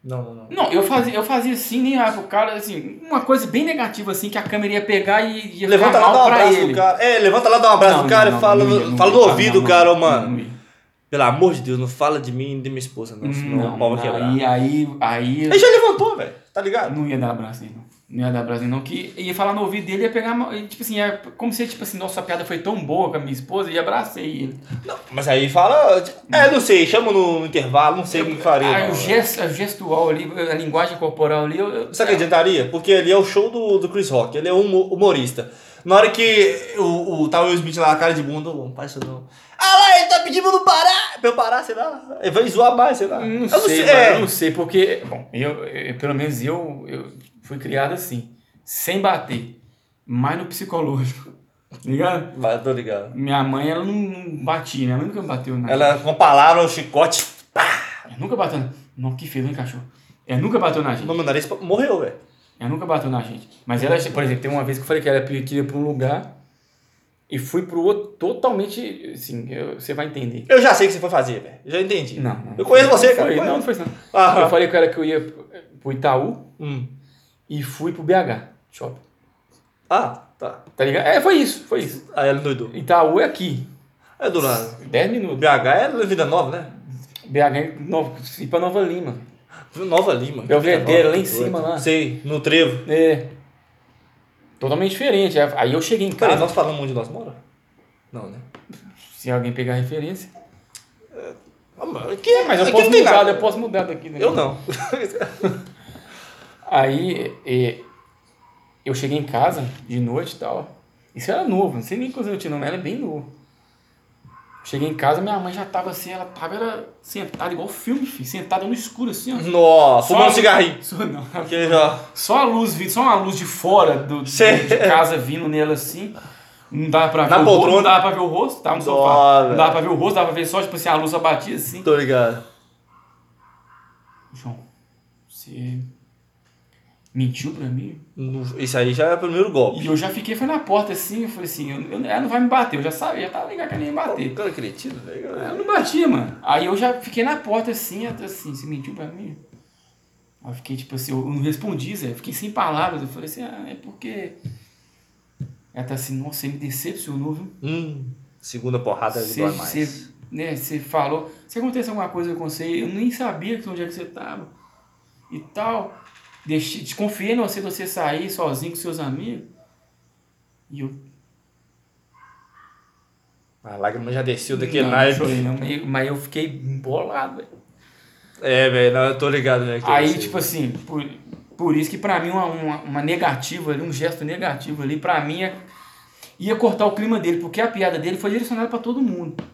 Speaker 1: Não, não, não.
Speaker 3: Não, eu fazia, eu fazia assim, nem olhava pro cara, assim, uma coisa bem negativa, assim, que a câmera ia pegar e ia
Speaker 1: Levanta
Speaker 3: ficar
Speaker 1: lá,
Speaker 3: mal
Speaker 1: dá um
Speaker 3: pra
Speaker 1: abraço
Speaker 3: ele.
Speaker 1: do cara. É, levanta lá, dá um abraço
Speaker 3: Não,
Speaker 1: do cara
Speaker 3: não,
Speaker 1: e fala,
Speaker 3: não, não ia, não
Speaker 1: fala
Speaker 3: ia,
Speaker 1: no
Speaker 3: não,
Speaker 1: ouvido
Speaker 3: não,
Speaker 1: do cara, ô
Speaker 3: não,
Speaker 1: mano.
Speaker 3: não ia.
Speaker 1: Pelo amor de Deus, não fala de mim e de minha esposa, não. Senão o pau vai quebrar.
Speaker 2: Hum,
Speaker 3: é-
Speaker 2: aí, aí, aí,
Speaker 1: Ele já levantou, velho. Tá ligado?
Speaker 2: não ia dar abraço nele, não. Não ia dar abraço nele, não. Que ia falar no ouvido dele, ia pegar, mal- e, tipo assim, ia, como se, tipo assim, nossa, a piada foi tão boa com a minha esposa, e abracei ele.
Speaker 1: Não, mas aí fala. É, não sei, chama no, no intervalo, não sei como faria.
Speaker 2: Ah,
Speaker 1: não,
Speaker 2: o
Speaker 1: velho.
Speaker 2: gesto, a gestual ali, a linguagem corporal ali, eu, eu-
Speaker 1: Sabe o que adiantaria? Porque ali é o show do, do Chris Rock, ele é um humo- humorista. Na hora que o, o tal Will Smith lá, cara de bunda, não faz isso não. Ah lá, ele tá pedindo pra eu parar! Pra eu parar, sei lá. Ele vai zoar mais, sei lá.
Speaker 2: Não,
Speaker 1: Eu
Speaker 2: sei, mano,
Speaker 1: é.
Speaker 2: eu não sei, porque, bom, eu, eu- pelo menos eu, eu fui criado assim, sem bater, mas no psicológico, tá ligado?
Speaker 1: Mas tô ligado.
Speaker 2: Minha mãe, ela não, não batia, minha mãe nunca me bateu nada.
Speaker 1: Ela com a palavra, o chicote,
Speaker 2: Ela nunca bateu, na- não, que fez, hein, cachorro? Ela nunca bateu na gente,
Speaker 1: no meu nariz morreu, velho.
Speaker 2: ela nunca bateu na gente, mas ela, por exemplo, tem uma vez que eu falei que ela queria ir pra um lugar e fui pro outro totalmente, assim, eu- você vai entender.
Speaker 1: Eu já sei o que você foi fazer, velho. Eu Já entendi.
Speaker 2: Não, não.
Speaker 1: Eu conheço você, cara.
Speaker 2: Foi, não, não foi isso, não.
Speaker 1: Ah.
Speaker 2: Eu falei com ela que eu ia pro Itaú,
Speaker 1: Hum.
Speaker 2: e fui pro BH Shopping.
Speaker 1: Ah, tá.
Speaker 2: Tá ligado? É, foi isso, foi isso.
Speaker 1: Aí ela doidou.
Speaker 2: Itaú é aqui,
Speaker 1: É do nada.
Speaker 2: 10 minutos.
Speaker 1: BH é Vida Nova, né?
Speaker 2: BH é Nova, ir pra Nova Lima.
Speaker 1: Nova Lima.
Speaker 2: Belvedere, É lá em
Speaker 1: Doido.
Speaker 2: cima, lá.
Speaker 1: Sei, no trevo.
Speaker 2: É. Totalmente diferente. Aí eu cheguei em
Speaker 1: Cara,
Speaker 2: casa,
Speaker 1: nós falamos onde nós mora? Não, né?
Speaker 2: se alguém pegar a referência.
Speaker 1: Ah, mas que,
Speaker 2: Mas eu
Speaker 1: que
Speaker 2: posso
Speaker 1: não tem
Speaker 2: mudar,
Speaker 1: nada.
Speaker 2: eu posso mudar daqui. né?
Speaker 1: Eu não.
Speaker 2: Aí é, eu cheguei em casa de noite e tal. Isso era novo, não sei nem quantos anos eu tinha, não, mas era bem novo. Cheguei em casa, minha mãe já tava assim, ela tava era sentada igual filme, filho, sentada no escuro assim, ó.
Speaker 1: Nossa,
Speaker 2: Só
Speaker 1: fumando
Speaker 2: a-
Speaker 1: um cigarrinho.
Speaker 2: Só não.
Speaker 1: Aquele já.
Speaker 2: Só a luz vindo, só uma luz de fora do, de
Speaker 1: Sei.
Speaker 2: de casa vindo nela assim. Não dava pra ver
Speaker 1: Na
Speaker 2: o rosto,
Speaker 1: poltrona.
Speaker 2: não dava pra ver o rosto, tava no
Speaker 1: Dó,
Speaker 2: sofá. Não
Speaker 1: velho.
Speaker 2: dava pra ver o rosto, dava pra ver só, tipo assim, a luz abatia assim.
Speaker 1: Tô ligado.
Speaker 2: João, você mentiu pra mim?
Speaker 1: Não- Isso aí já é o primeiro golpe.
Speaker 2: E eu já fiquei, foi na porta assim, eu falei assim, eu- eu- ela não vai me bater, eu já sabia, já tava ligado que né, ela ia me bater.
Speaker 1: Cara cretino, velho.
Speaker 2: Ela não batia, mano. Aí eu já fiquei na porta assim, eu tô assim, você mentiu pra mim? Aí eu fiquei tipo assim, eu não respondi, Zé. Eu fiquei sem palavras. Eu falei assim, ah, é porque. Ela tá assim, nossa, você me decepcionou, viu?
Speaker 1: Hum, segunda porrada ele
Speaker 2: Você,
Speaker 1: dói mais.
Speaker 2: você, né, você falou. Se acontece alguma coisa com você, eu nem sabia que onde é que você tava. E tal. Deixei, desconfiei em você de você sair sozinho com seus amigos. E eu.
Speaker 1: A lágrima já desceu daquele
Speaker 2: não,
Speaker 1: naipe.
Speaker 2: chorei, não, mas eu- mas eu fiquei bolado, velho.
Speaker 1: É, velho, não, eu tô ligado, né? que
Speaker 2: Aí,
Speaker 1: isso
Speaker 2: tipo assim, por, por isso que pra mim uma, uma, uma negativa ali, um gesto negativo ali, pra mim é- ia cortar o clima dele, porque a piada dele foi direcionada pra todo mundo. assim-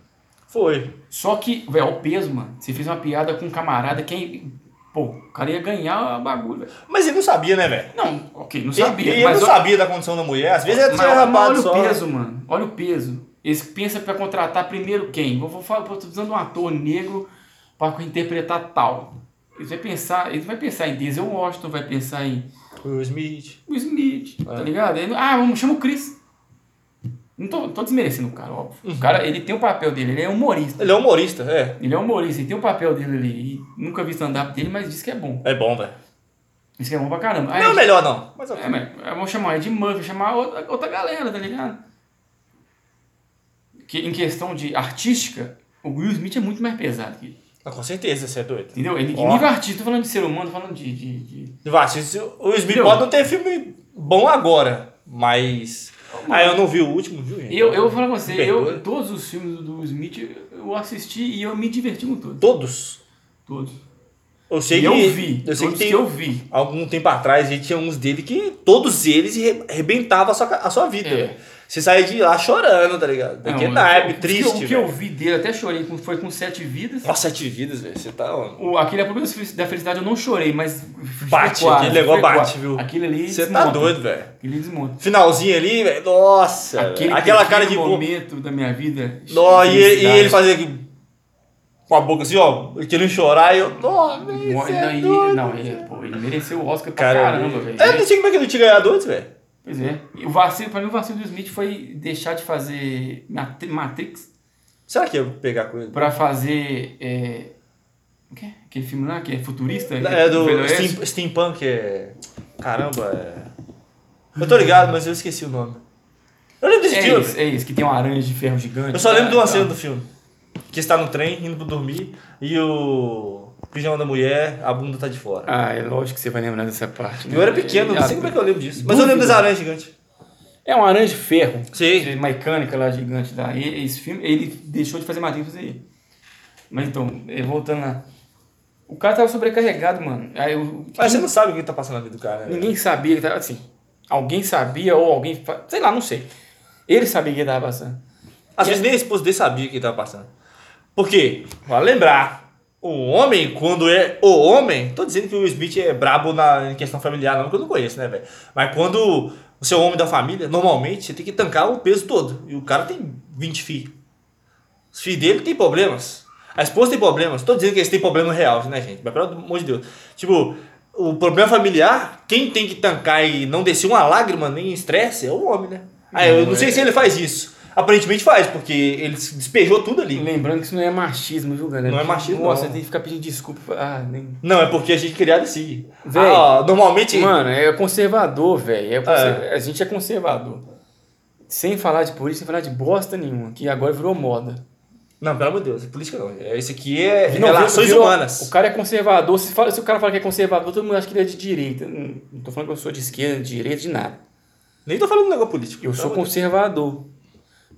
Speaker 1: Foi.
Speaker 2: Só que, velho, o peso, mano. Você fez uma piada com um camarada, quem. Pô, o cara ia ganhar a bagulho, velho.
Speaker 1: Mas ele não sabia, né, velho?
Speaker 2: Não, ok, não
Speaker 1: Ele-
Speaker 2: sabia.
Speaker 1: ele
Speaker 2: mas
Speaker 1: não
Speaker 2: olha-
Speaker 1: sabia da condição da mulher. Às vezes é
Speaker 2: mas
Speaker 1: só
Speaker 2: olha
Speaker 1: rapado
Speaker 2: o
Speaker 1: só. né?
Speaker 2: peso, mano. Olha o peso. Eles pensam pra contratar primeiro quem? Vou, vou falar, tô precisando de um ator negro pra interpretar tal. Eles vão pensar, eles vão pensar em Denzel Washington, vai pensar em
Speaker 1: Will Smith.
Speaker 2: o Smith, tá ligado? Ele- ah, vamos, chama o Chris. Não tô, tô desmerecendo o cara, óbvio. O cara, ele tem o papel dele, ele é humorista.
Speaker 1: Ele é humorista, é.
Speaker 2: Ele é humorista, ele tem o papel dele ali. E nunca vi stand-up dele, mas diz que é bom.
Speaker 1: É bom, velho.
Speaker 2: Diz que é bom pra caramba. Aí,
Speaker 1: Não, melhor não. Mas
Speaker 2: é, mas eu vou chamar Ed Murphy, vou chamar outra, outra galera, tá ligado? Que, em questão de artística, o Will Smith é muito mais pesado que ele.
Speaker 1: Ah, com certeza, você é doido.
Speaker 2: Entendeu? Ele,
Speaker 1: Ó.
Speaker 2: nível artista, tô falando de ser humano, tô falando de- de- de
Speaker 1: Vastis, o Will Smith
Speaker 2: Entendeu?
Speaker 1: pode não ter filme bom agora, mas. Ah, eu não vi o último, viu, gente?
Speaker 2: Eu, eu vou falar com você,
Speaker 1: Perdoa.
Speaker 2: eu, todos os filmes do Will Smith eu assisti e eu me diverti com todos.
Speaker 1: Todos.
Speaker 2: Todos.
Speaker 1: Eu sei
Speaker 2: E
Speaker 1: que.
Speaker 2: eu vi.
Speaker 1: Eu sei que
Speaker 2: todos
Speaker 1: tem.
Speaker 2: eu vi.
Speaker 1: Algum tempo atrás, a gente tinha uns dele que todos eles re- arrebentavam a sua, ca- a sua vida,
Speaker 2: É.
Speaker 1: velho. Você saía de lá chorando, tá ligado? Daquele
Speaker 2: Não,
Speaker 1: naipe,
Speaker 2: o que- O
Speaker 1: triste,
Speaker 2: que
Speaker 1: velho.
Speaker 2: eu vi dele, até chorei, com- foi com Sete Vidas.
Speaker 1: Nossa, sete vidas, velho. Você tá. ó,
Speaker 2: O, aquele é problema da felicidade, eu não chorei, mas. foi
Speaker 1: Bate,
Speaker 2: quase,
Speaker 1: aquele negócio
Speaker 2: foi quase.
Speaker 1: bate, viu?
Speaker 2: Aquele ali.
Speaker 1: Você tá
Speaker 2: desmonta.
Speaker 1: doido, velho.
Speaker 2: Aquele desmonta.
Speaker 1: Finalzinho ali, velho. Nossa.
Speaker 2: Aquele
Speaker 1: velho. Aquela cara de.
Speaker 2: pequeno
Speaker 1: bo-
Speaker 2: momento da minha vida.
Speaker 1: Nó, e, ele- e
Speaker 2: felicidade.
Speaker 1: ele fazia aqui, com a boca assim, ó, querendo chorar, e eu. Nossa, velho.
Speaker 2: Mo-
Speaker 1: você é
Speaker 2: não, e-
Speaker 1: doido,
Speaker 2: não, ele, pô, ele mereceu o Oscar pra
Speaker 1: Cara,
Speaker 2: caramba,
Speaker 1: eu-
Speaker 2: velho.
Speaker 1: Eu não sei como é que ele tinha ganhado antes, velho.
Speaker 2: Pois é. E o vacilo, pra mim, o vacilo do Smith foi deixar de fazer Matri- Matrix
Speaker 1: Será que ia pegar com ele?
Speaker 2: pra fazer. É... O quê? Aquele filme lá que é futurista? que
Speaker 1: É do
Speaker 2: Velho Oeste?
Speaker 1: Steam, Steampunk, é. Caramba, é. Eu tô ligado, mas eu esqueci o nome. Eu lembro desse
Speaker 2: É
Speaker 1: filme.
Speaker 2: isso, é isso, que tem uma aranha de ferro gigante.
Speaker 1: Eu só lembro de uma
Speaker 2: tá?
Speaker 1: cena do filme. que está no trem, indo para dormir, e o pijama da mulher, a bunda tá de fora.
Speaker 2: Ah, é lógico que você vai lembrar dessa parte. né?
Speaker 1: Eu era pequeno, não sei como é que eu lembro disso. Mas eu lembro das aranhas gigantes.
Speaker 2: É um aranha de ferro.
Speaker 1: Sim.
Speaker 2: de mecânica lá gigante da e- esse filme ele deixou de fazer Matheus fazer ele. mas então eh, voltando lá o cara tava sobrecarregado mano aí o,
Speaker 1: Mas você não sabe o que tá passando na vida do cara, né?
Speaker 2: ninguém sabia que tava assim alguém sabia ou alguém fa- sei lá não sei ele sabia que ele tava passando
Speaker 1: Às vezes nem a esposa dele sabia o que estava passando. Porque, vale lembrar, o homem, quando é o homem, tô dizendo que o Will Smith é brabo na em questão familiar, não, que eu não conheço, né, velho? Mas quando você é o homem da família, normalmente você tem que tancar o peso todo. E o cara tem 20 filhos. Os filhos dele têm problemas. A esposa tem problemas. Tô dizendo que eles têm problema real, né, gente? Mas pelo amor de Deus. Tipo, o problema familiar, quem tem que tancar e não descer uma lágrima nem estresse é o homem, né? Ah, eu não sei se ele faz isso. Aparentemente faz, porque ele se despejou tudo ali.
Speaker 2: lembrando que isso não é machismo viu galera
Speaker 1: Não é machismo,
Speaker 2: nossa
Speaker 1: não.
Speaker 2: tem que ficar pedindo desculpa ah nem
Speaker 1: Não, é porque a gente é criado assim.
Speaker 2: Véi.
Speaker 1: Ah, ó, normalmente.
Speaker 2: Mano, é conservador, velho. É conser- A gente é conservador. Sem falar de política, sem falar de bosta nenhuma, que agora virou moda.
Speaker 1: Não, pelo amor de Deus, política não. É- Esse aqui é
Speaker 2: Não,
Speaker 1: relações
Speaker 2: virou- O
Speaker 1: humanas.
Speaker 2: cara é conservador. Se, fala- se o cara fala que é conservador, todo mundo acha que ele é de direita. Não não tô falando que eu sou de esquerda, de direita, de nada.
Speaker 1: Nem tô falando de negócio político.
Speaker 2: Eu
Speaker 1: pelo
Speaker 2: sou
Speaker 1: amor de
Speaker 2: conservador.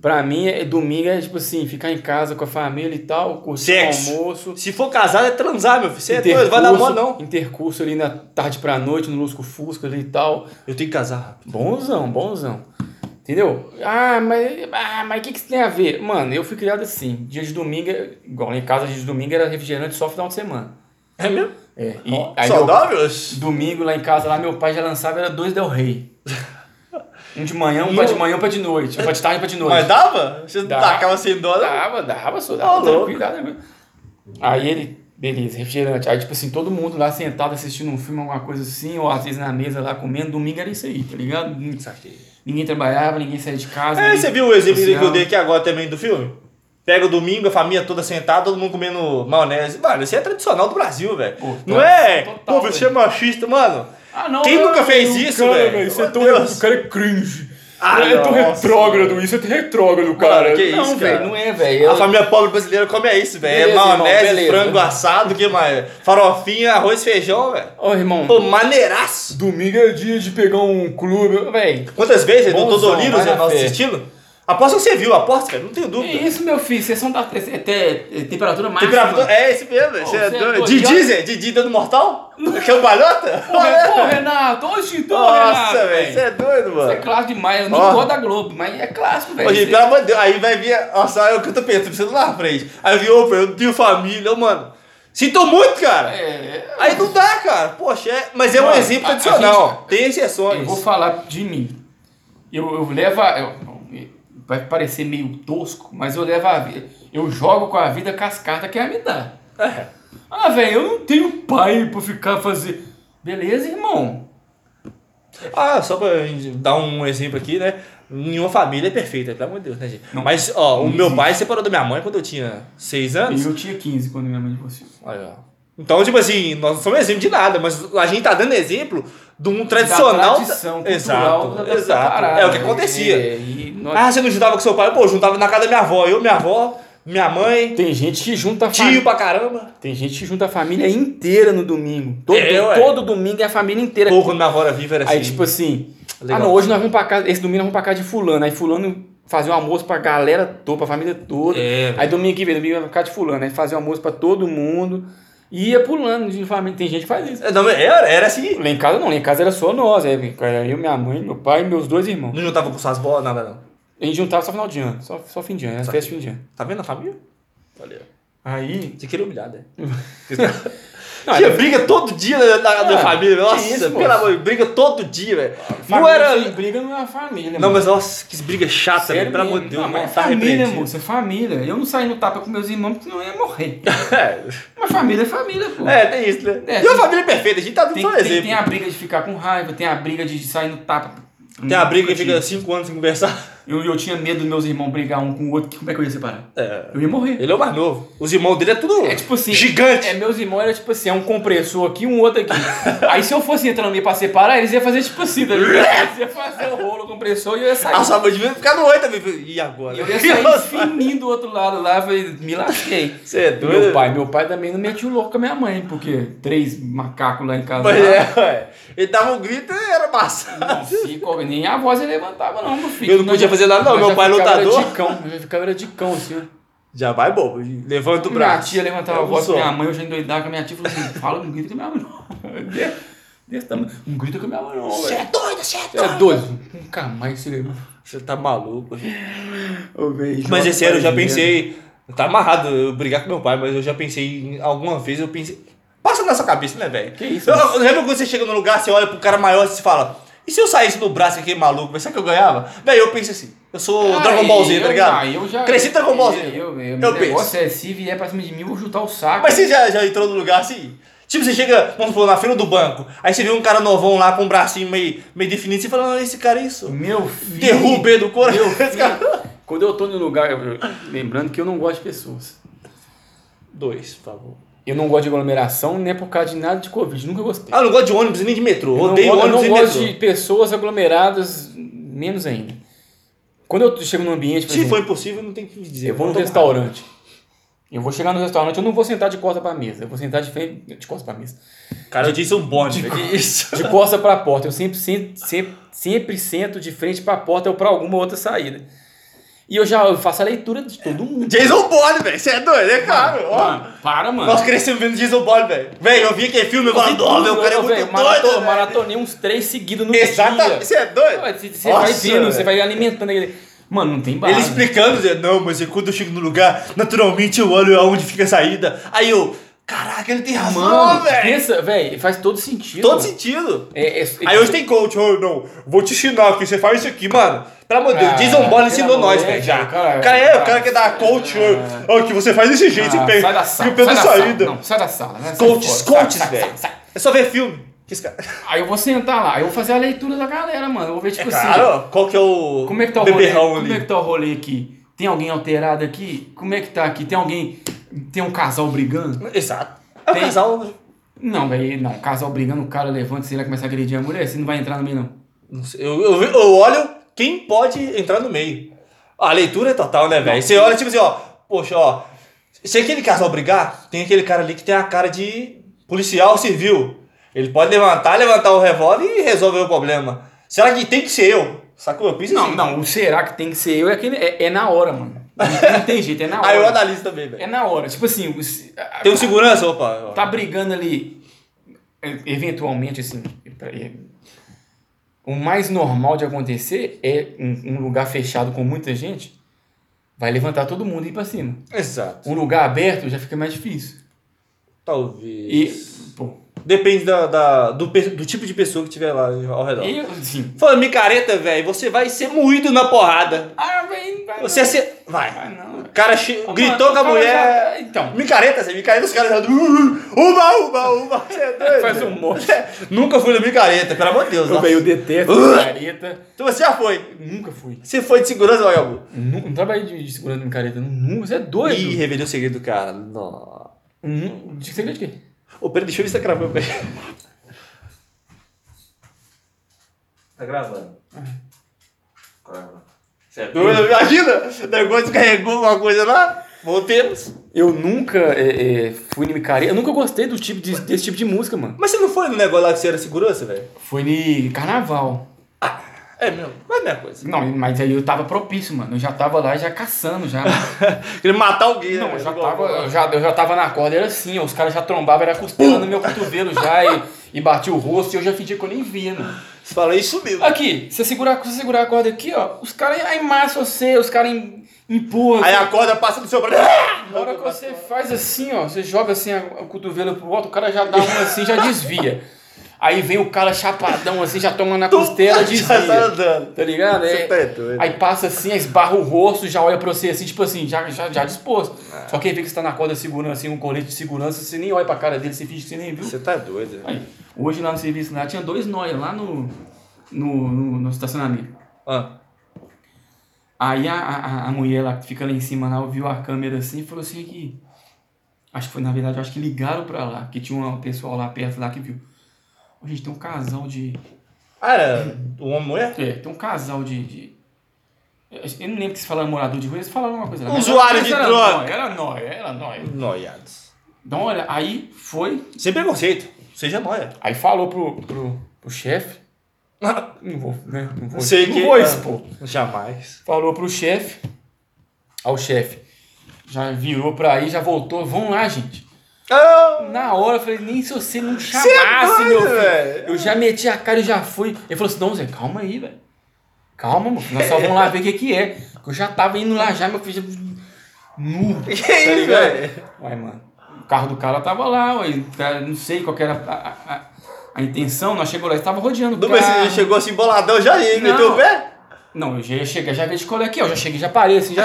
Speaker 2: Pra mim, é, domingo é tipo assim, ficar em casa com a família e tal, curtir o
Speaker 1: Sexo.
Speaker 2: almoço.
Speaker 1: Deus. Se for casado, é transar, meu filho. Você é doido,
Speaker 2: intercurso-
Speaker 1: vai dar mó, não.
Speaker 2: Intercurso ali na tarde pra noite, no Lusco Fusco ali e tal.
Speaker 1: Eu tenho que casar rápido.
Speaker 2: Bonzão, bonzão. Entendeu? Ah, mas ah, mas o que, que isso tem a ver? Mano, eu fui criado assim. Dia de domingo, é- igual em casa, dia de domingo era refrigerante só final de semana.
Speaker 1: É mesmo?
Speaker 2: É. E
Speaker 1: Ó,
Speaker 2: aí eu-
Speaker 1: Saudáveis?
Speaker 2: Domingo lá em casa, lá meu pai já lançava, era dois Del Rey. Um de manhã, um
Speaker 1: E
Speaker 2: pra
Speaker 1: eu-
Speaker 2: de manhã, um pra de noite. Um pra de tarde, um pra de noite.
Speaker 1: Mas dava? Você
Speaker 2: Dá.
Speaker 1: tacava sem dó, né?
Speaker 2: Dava, dava, só
Speaker 1: Tá
Speaker 2: dava,
Speaker 1: louco.
Speaker 2: tranquilo, dava, tranquilo. Aí ele, beleza, refrigerante. Aí, tipo assim, todo mundo lá sentado assistindo um filme, alguma coisa assim, ou às vezes na mesa lá comendo. Domingo era isso aí, tá ligado? Ninguém- Ninguém trabalhava, ninguém saía de casa.
Speaker 1: É,
Speaker 2: ninguém-
Speaker 1: você viu o exemplo que eu
Speaker 2: social.
Speaker 1: dei aqui agora também do filme? Pega o domingo, a família toda sentada, todo mundo comendo maionese. Mano, isso é tradicional do Brasil, velho.
Speaker 2: Pô,
Speaker 1: Não
Speaker 2: tá-
Speaker 1: é? Pô,
Speaker 2: total,
Speaker 1: você é machista, mano.
Speaker 2: Ah, não,
Speaker 1: Quem
Speaker 2: não,
Speaker 1: nunca
Speaker 2: não,
Speaker 1: fez
Speaker 2: não,
Speaker 1: isso,
Speaker 2: cara,
Speaker 1: velho?
Speaker 2: Isso é
Speaker 1: Meu
Speaker 2: tão.
Speaker 1: Deus.
Speaker 2: O cara é cringe.
Speaker 1: Ah,
Speaker 2: é tão
Speaker 1: nossa.
Speaker 2: retrógrado, isso é tão retrógrado, cara.
Speaker 1: que
Speaker 2: não,
Speaker 1: isso, cara.
Speaker 2: velho, não é, velho.
Speaker 1: A família pobre brasileira come é isso, velho. É
Speaker 2: Beleza, irmão,
Speaker 1: maionese,
Speaker 2: beleza.
Speaker 1: frango assado, o que mais? Farofinha, arroz, feijão, velho.
Speaker 2: Ô, irmão.
Speaker 1: Pô, maneiraço.
Speaker 2: Domingo é dia de pegar um clube, velho.
Speaker 1: Quantas vezes
Speaker 2: Bonzão,
Speaker 1: Doutor Doliro
Speaker 2: vai
Speaker 1: já
Speaker 2: na
Speaker 1: nós
Speaker 2: fé.
Speaker 1: assistindo? né, Aposto que você viu, aposto, velho. Não tenho
Speaker 2: Que
Speaker 1: dúvida.
Speaker 2: isso, meu filho? Sessão da é, é, é, temperatura máxima.
Speaker 1: Temperatura... É esse mesmo, velho. Você é
Speaker 2: você é
Speaker 1: doido.
Speaker 2: doido.
Speaker 1: Didi, Zé? Didi dando mortal? Que é o balhota?
Speaker 2: Porra, Pô, Renato, hoje então,
Speaker 1: É. Nossa,
Speaker 2: Renato.
Speaker 1: velho, você é doido,
Speaker 2: Isso é
Speaker 1: mano.
Speaker 2: clássico demais. Eu não
Speaker 1: Ó.
Speaker 2: gosto da Globo, mas é clássico, velho.
Speaker 1: Ô, gente, pelo amor de Deus, aí vai vir. Nossa, é o que eu tô pensando, tô precisando lá na frente. Aí eu vi, opa, eu não tenho família, ô, mano. Sinto muito, cara.
Speaker 2: É,
Speaker 1: Aí não dá, cara. Poxa, é... mas é um
Speaker 2: Mano,
Speaker 1: exemplo
Speaker 2: a- a
Speaker 1: tradicional. Tem exceções.
Speaker 2: eu vou falar de mim. Eu, eu levo a... eu- vai parecer meio tosco, mas eu levo a vida... Eu jogo com a vida com as cartas que ela me dá.
Speaker 1: É.
Speaker 2: Ah, velho, eu não tenho pai pra ficar fazer... Beleza, irmão.
Speaker 1: Ah, só pra dar um exemplo aqui, né? Nenhuma família é perfeita, pelo amor de Deus, né, gente?
Speaker 2: Não.
Speaker 1: Mas, ó, o
Speaker 2: Não
Speaker 1: meu
Speaker 2: existe.
Speaker 1: pai separou da minha mãe quando eu tinha seis anos.
Speaker 2: Eu tinha 15 quando minha mãe divorciou.
Speaker 1: Aí, ó. Então, tipo assim, nós não somos exemplo de nada, mas a gente tá dando exemplo de um tradicional.
Speaker 2: tradição cultural
Speaker 1: exato,
Speaker 2: da- da
Speaker 1: exato.
Speaker 2: parada.
Speaker 1: É o que acontecia.
Speaker 2: É, e nós-
Speaker 1: Ah, você não juntava com seu pai? Pô, juntava na casa da minha avó. Eu, minha avó, minha mãe,
Speaker 2: Tem gente que junta a
Speaker 1: tio
Speaker 2: família.
Speaker 1: pra caramba.
Speaker 2: Tem gente que junta a família inteira no domingo. Todo,
Speaker 1: É, ué.
Speaker 2: todo domingo é a família inteira.
Speaker 1: Pô, quando minha avó era viva era assim.
Speaker 2: Aí, tipo assim,
Speaker 1: Legal.
Speaker 2: ah não, hoje nós vamos pra casa, esse domingo nós vamos pra casa de fulano. Aí fulano fazia um almoço pra galera toda, pra família toda.
Speaker 1: É,
Speaker 2: aí domingo que vem, domingo vai pra casa de fulano. Aí fazia um almoço pra todo mundo. E ia pulando de família. Tem gente que faz isso.
Speaker 1: É, não, era, era assim.
Speaker 2: Lá em casa não, lá em casa era só nós. Aí era eu, minha mãe, meu pai e meus dois irmãos.
Speaker 1: Não juntava com suas vó, nada não.
Speaker 2: A gente juntava só final de ano, só, só fim de ano, era
Speaker 1: Só
Speaker 2: festa de fim de ano.
Speaker 1: Tá vendo a família? Valeu.
Speaker 2: Aí.
Speaker 1: Você queria humilhar, né?
Speaker 2: Não,
Speaker 1: Tinha
Speaker 2: era-
Speaker 1: briga todo dia na, na, na
Speaker 2: Ah,
Speaker 1: família,
Speaker 2: que
Speaker 1: nossa,
Speaker 2: isso,
Speaker 1: pelo
Speaker 2: moço.
Speaker 1: amor de Deus, briga todo dia, velho. Não
Speaker 2: família sem
Speaker 1: era.
Speaker 2: briga não é uma família,
Speaker 1: Não,
Speaker 2: mano.
Speaker 1: mas nossa, que briga chata, velho,
Speaker 2: Sério
Speaker 1: pelo
Speaker 2: mesmo.
Speaker 1: amor de Deus,
Speaker 2: Não, mas é
Speaker 1: mano, tá
Speaker 2: família,
Speaker 1: arrependido.
Speaker 2: moça, é família. Eu não saí no tapa com meus irmãos porque não ia morrer. Mas família é família, pô.
Speaker 1: É, tem isso, né?
Speaker 2: É,
Speaker 1: e uma
Speaker 2: tem-
Speaker 1: família perfeita, a gente tá dando
Speaker 2: tem,
Speaker 1: só um
Speaker 2: tem-
Speaker 1: exemplo.
Speaker 2: tem a briga de ficar com raiva, tem a briga de sair no tapa.
Speaker 1: Tem a briga que fica 5 anos sem conversar.
Speaker 3: Eu, eu tinha medo dos meus irmãos brigar um com o outro, que como é que eu ia separar?
Speaker 1: É.
Speaker 3: Eu ia morrer.
Speaker 1: Ele é o mais novo. Os irmãos dele é tudo
Speaker 2: É tipo assim,
Speaker 1: gigante.
Speaker 2: É, meus irmãos eram tipo assim, é um compressor aqui, um outro aqui. Aí se eu fosse entrar no meio pra separar, eles iam fazer tipo assim, tá ligado? Eles iam fazer o rolo compressor e eu ia sair.
Speaker 1: A sua mãe devia ficar no 8 também. E agora?
Speaker 2: E eu ia sair fininho do outro lado lá, falei, me lasquei.
Speaker 1: Você é
Speaker 2: Do
Speaker 1: doido?
Speaker 2: meu pai, meu pai também não metia o louco com a minha mãe, porque três macacos lá em casa.
Speaker 1: Mas
Speaker 2: lá,
Speaker 1: é, ué. Ele dava um grito e era massa.
Speaker 2: não, cinco, nem a voz ele levantava, não, meu filho.
Speaker 1: é. Eu não podia fazer nada, não.
Speaker 2: Nós
Speaker 1: Meu
Speaker 2: já
Speaker 1: pai é
Speaker 2: ficava era
Speaker 1: lutador.
Speaker 2: dicão, Eu já ficava era dicão, assim, ó.
Speaker 1: Já vai bobo. Levanta o
Speaker 2: Minha
Speaker 1: braço.
Speaker 2: tia levantava
Speaker 1: É
Speaker 2: a
Speaker 1: um
Speaker 2: voz com
Speaker 1: som.
Speaker 2: minha mãe, eu já endoidava com a minha tia e falava assim, fala, não grita com a minha mãe não. Desse- Desse tamanho, não grita com a minha mãe não, velho.
Speaker 1: é doido, você
Speaker 2: Você é doido. Nunca mais se lembra.
Speaker 1: Você tá maluco. gente.
Speaker 2: Ô, velho,
Speaker 1: Mas é
Speaker 2: João
Speaker 1: sério, eu já
Speaker 2: Paulo
Speaker 1: pensei.
Speaker 2: né?
Speaker 1: Tá amarrado eu brigar com meu pai, mas eu já pensei em alguma vez, eu pensei. Passa na sua cabeça, né, velho?
Speaker 2: Que isso,
Speaker 1: Eu- eu- lembra quando você chega num lugar, você olha pro cara maior e você fala. E se eu saísse do braço aqui, maluco, mas será que eu ganhava? Velho, eu penso assim. Eu sou
Speaker 2: Ah,
Speaker 1: Dragon Ball Z,
Speaker 2: eu-
Speaker 1: tá ligado?
Speaker 2: ah, eu já-
Speaker 1: Cresci Dragon Ball Z.
Speaker 2: Eu, eu, eu,
Speaker 1: Eu
Speaker 2: meu negócio
Speaker 1: penso.
Speaker 2: é, se vier pra cima de mim, eu vou chutar o saco.
Speaker 1: Mas você já, já entrou no lugar assim? Tipo, você chega, vamos supor, na fila do banco, aí você vê um cara novão lá com um bracinho meio, meio definido, você fala, não, esse cara é isso.
Speaker 2: Meu filho.
Speaker 1: Derruba ele do coração. Esse cara...
Speaker 2: Quando eu tô no lugar, eu- eu- lembrando que eu não gosto de pessoas.
Speaker 1: Dois, por favor.
Speaker 2: Eu não gosto de aglomeração, nem é por causa de nada de Covid, nunca gostei.
Speaker 1: Ah, eu não gosto de ônibus e nem de metrô.
Speaker 2: Eu não
Speaker 1: Odeio
Speaker 2: gosto-
Speaker 1: ônibus
Speaker 2: Eu
Speaker 1: e
Speaker 2: não gosto
Speaker 1: metrô.
Speaker 2: de pessoas aglomeradas, menos ainda. Quando eu chego num ambiente, por
Speaker 1: Se
Speaker 2: exemplo,
Speaker 1: for impossível, não tem o que dizer.
Speaker 2: eu vou num
Speaker 1: Então,
Speaker 2: restaurante. Eu vou chegar no restaurante, eu não vou sentar de costa pra mesa. Eu vou sentar de frente, de costa pra mesa.
Speaker 1: Cara, eu disse um bonde.
Speaker 2: Tipo,
Speaker 1: velho, que isso?
Speaker 2: De costa pra porta. Eu sempre, sempre, sempre, sempre sento de frente pra porta ou pra alguma outra saída. E eu já faço a leitura de todo mundo.
Speaker 1: Jason Bourne, velho. Você é doido, é claro. Ó,
Speaker 2: Mano, para, mano.
Speaker 1: nós crescemos vendo Jason Bourne, velho. Velho, eu vi aquele filme, eu falei, ó, meu cara é muito
Speaker 2: velho,
Speaker 1: doido,
Speaker 2: marato-
Speaker 1: velho."
Speaker 2: maratonei uns três seguidos no dia.
Speaker 1: Exatamente, você é doido.
Speaker 2: Ué, Você você vai
Speaker 1: Nossa,
Speaker 2: vendo, você
Speaker 1: velho.
Speaker 2: vai alimentando aquele. Mano, não tem base.
Speaker 1: Ele explicando, dizendo, não, mas quando eu chego no lugar, naturalmente eu olho aonde fica a saída. Aí eu, caraca, ele tem razão,
Speaker 2: Mano,
Speaker 1: velho.
Speaker 2: pensa, velho, faz todo sentido.
Speaker 1: Todo sentido.
Speaker 2: É, é,
Speaker 1: Aí hoje tem coach, oh, não, vou te ensinar aqui, você faz isso aqui, mano. Pelo amor de Deus,
Speaker 2: Ah,
Speaker 1: Jason Bourne
Speaker 2: pelo
Speaker 1: ensinou
Speaker 2: amor
Speaker 1: nós,
Speaker 2: de
Speaker 1: velho,
Speaker 2: Deus,
Speaker 1: já. O
Speaker 2: cara,
Speaker 1: cara é, o
Speaker 2: cara,
Speaker 1: cara que dá coach, ó, ó, que você faz desse jeito,
Speaker 2: Ah,
Speaker 1: você
Speaker 2: sai da
Speaker 1: pega,
Speaker 2: sala,
Speaker 1: fica
Speaker 2: sai da
Speaker 1: pela
Speaker 2: sala.
Speaker 1: saída.
Speaker 2: Não, sai da sala. Né? Sai
Speaker 1: Coaches,
Speaker 2: fora, sai,
Speaker 1: coaches,
Speaker 2: sai,
Speaker 1: velho.
Speaker 2: sai, sai.
Speaker 1: É só ver filme. Que esse cara-
Speaker 2: Aí eu vou sentar lá, eu vou fazer a leitura da galera, mano. Eu vou ver, tipo assim,
Speaker 1: Cara, ó, qual que é o
Speaker 2: como é que tá o rolê?
Speaker 1: beberrão
Speaker 2: Como é que
Speaker 1: ali?
Speaker 2: tá o rolê aqui? Tem alguém alterado aqui? Como é que tá aqui? Tem alguém... Tem um casal brigando?
Speaker 1: Exato. É o
Speaker 2: Tem-
Speaker 1: casal,
Speaker 2: Não, velho, não. Casal brigando, o cara levanta, sei lá, começa a agredir a mulher. Você não vai entrar no meio, não.
Speaker 1: Não sei, Eu, eu, eu olho quem pode entrar no meio. A leitura é total, né, velho? Você olha tipo assim, ó. Poxa, ó. Se aquele casal brigar, tem aquele cara ali que tem a cara de policial civil. Ele pode levantar, levantar o revólver e resolver o problema. Será que tem que ser eu? Sacou? Eu penso
Speaker 2: Não,
Speaker 1: assim.
Speaker 2: não. O será que tem que ser eu é aquele... É, é na hora, mano. Não tem jeito, é na hora.
Speaker 1: Aí eu analiso também, velho.
Speaker 2: É na hora. Tipo assim, você-
Speaker 1: Tem um segurança? Opa. ó.
Speaker 2: tá brigando ali, e- eventualmente, assim, pra- e- o mais normal de acontecer é um, um lugar fechado com muita gente, vai levantar todo mundo e ir pra cima.
Speaker 1: Exato.
Speaker 2: Um lugar aberto já fica mais difícil.
Speaker 1: Talvez.
Speaker 2: E, pô,
Speaker 1: Depende da, da- do, pe- do tipo de pessoa que tiver lá ao redor.
Speaker 2: e assim,
Speaker 1: Falando micareta, velho, você vai ser moído na porrada.
Speaker 2: ah, vai, vai,
Speaker 1: Você é ser... Vai.
Speaker 2: vai não.
Speaker 1: O cara che- gritou com a
Speaker 2: Fala,
Speaker 1: mulher.
Speaker 2: já- então,
Speaker 1: Micareta, assim, micareta, os caras já. Uba, uba, uba, você é doido.
Speaker 2: Faz um monte.
Speaker 1: Nunca fui no micareta, pelo amor de Deus.
Speaker 2: eu,
Speaker 1: nossa.
Speaker 2: velho, eu detesto
Speaker 1: Uh!
Speaker 2: careta.
Speaker 1: Então você já foi.
Speaker 2: Nunca fui.
Speaker 1: Você foi de segurança, vagabundo.
Speaker 2: Nu- Não trabalhei de, de segurança em careta. Nunca. Você é doido.
Speaker 1: Ih, revelei o segredo do cara. Não.
Speaker 2: Nu- De segredo de quê?
Speaker 1: Ô, peraí, deixa eu ver se tá gravando, velho. Tá gravando. é Imagina, o negócio carregou uma coisa lá, voltemos.
Speaker 2: Eu nunca é, é, fui em careta. Eu nunca gostei do tipo de- desse tipo de música, mano.
Speaker 1: Mas você não foi no negócio lá que você era segurança, velho?
Speaker 2: Foi em carnaval.
Speaker 1: É mesmo, mas não é a coisa.
Speaker 2: Não, mas aí eu tava propício, mano. Eu já tava lá, já caçando, já.
Speaker 1: Queria matar alguém,
Speaker 2: Não,
Speaker 1: né?
Speaker 2: eu já tava, eu já, eu já tava na corda, era assim, ó, os caras já trombavam, era costela no meu cotovelo já e, e batia o rosto e eu já fingia que eu nem via, mano.
Speaker 1: Você fala, isso mesmo.
Speaker 2: Aqui, você segurar, você segurar a corda aqui, ó, os caras aí massa você, os caras em- empurram.
Speaker 1: Aí
Speaker 2: assim.
Speaker 1: a corda passa no seu braço.
Speaker 2: Na hora que você faz assim, ó, você joga assim a- o cotovelo pro alto, o cara já dá uma assim, já desvia. Aí vem o cara chapadão assim, já toma na costela,
Speaker 1: Já tá
Speaker 2: desvia.
Speaker 1: andando.
Speaker 2: Tá ligado?
Speaker 1: Você
Speaker 2: É,
Speaker 1: tá doido.
Speaker 2: aí passa assim, aí esbarra o rosto, já olha pra você assim, tipo assim, já, já, já disposto.
Speaker 1: É.
Speaker 2: Só que aí vê que você tá na corda segurando assim um colete de segurança, você nem olha pra cara dele, você finge que você nem viu.
Speaker 1: Você tá doido. velho.
Speaker 2: Aí, hoje lá no serviço lá tinha dois nóia lá no, no, no, no estacionamento.
Speaker 1: Ah,
Speaker 3: Aí a, a, a mulher lá que fica lá em cima lá, viu a câmera assim e falou assim aqui. Acho que foi, na verdade, eu acho que ligaram pra lá, que tinha um pessoal lá perto lá que viu. Ô, gente, tem um casal de.
Speaker 1: Ah, era o homem e mulher?
Speaker 3: É, tem um casal de. de- Eu não lembro que se fala morador de rua, eles falaram uma coisa lá. mas
Speaker 1: Um Usuário
Speaker 3: era-
Speaker 1: de
Speaker 3: era
Speaker 1: droga.
Speaker 3: nóia, Era nóia, era nóia.
Speaker 1: Noiados.
Speaker 3: Então, olha, aí foi.
Speaker 1: Sem preconceito. Seja noia.
Speaker 2: Aí falou pro, pro, pro chefe. Não vou, né? Não vou,
Speaker 1: Sei é.
Speaker 2: não
Speaker 1: que-
Speaker 2: vou expor.
Speaker 1: Jamais.
Speaker 2: Falou pro chefe. Ao chefe. Já virou pra aí, já voltou. Vão lá, gente.
Speaker 1: Ah,
Speaker 2: Na hora eu falei, nem se você não
Speaker 1: é
Speaker 2: chamasse, meu filho.
Speaker 1: velho.
Speaker 2: Eu já meti a cara e já fui. Ele falou assim, não, Zé, calma aí, velho. Calma, mano. Nós só vamos lá ver o que, que é. Eu já tava indo lá já, meu filho. já- Nu.
Speaker 1: Que isso,
Speaker 2: Tá ligado?
Speaker 1: velho?
Speaker 2: Uai, mano.
Speaker 3: O carro do cara tava lá, ué, o cara- não sei qual que era a, a- a- a intenção, nós chegou lá, estava rodeando o
Speaker 1: Não,
Speaker 3: carro.
Speaker 1: mas você chegou assim boladão já ia,
Speaker 3: Não.
Speaker 1: meteu o pé?
Speaker 3: Não, eu já ia chegar, já
Speaker 2: Já veio de é colar aqui, ó. Já cheguei, já parei assim, já.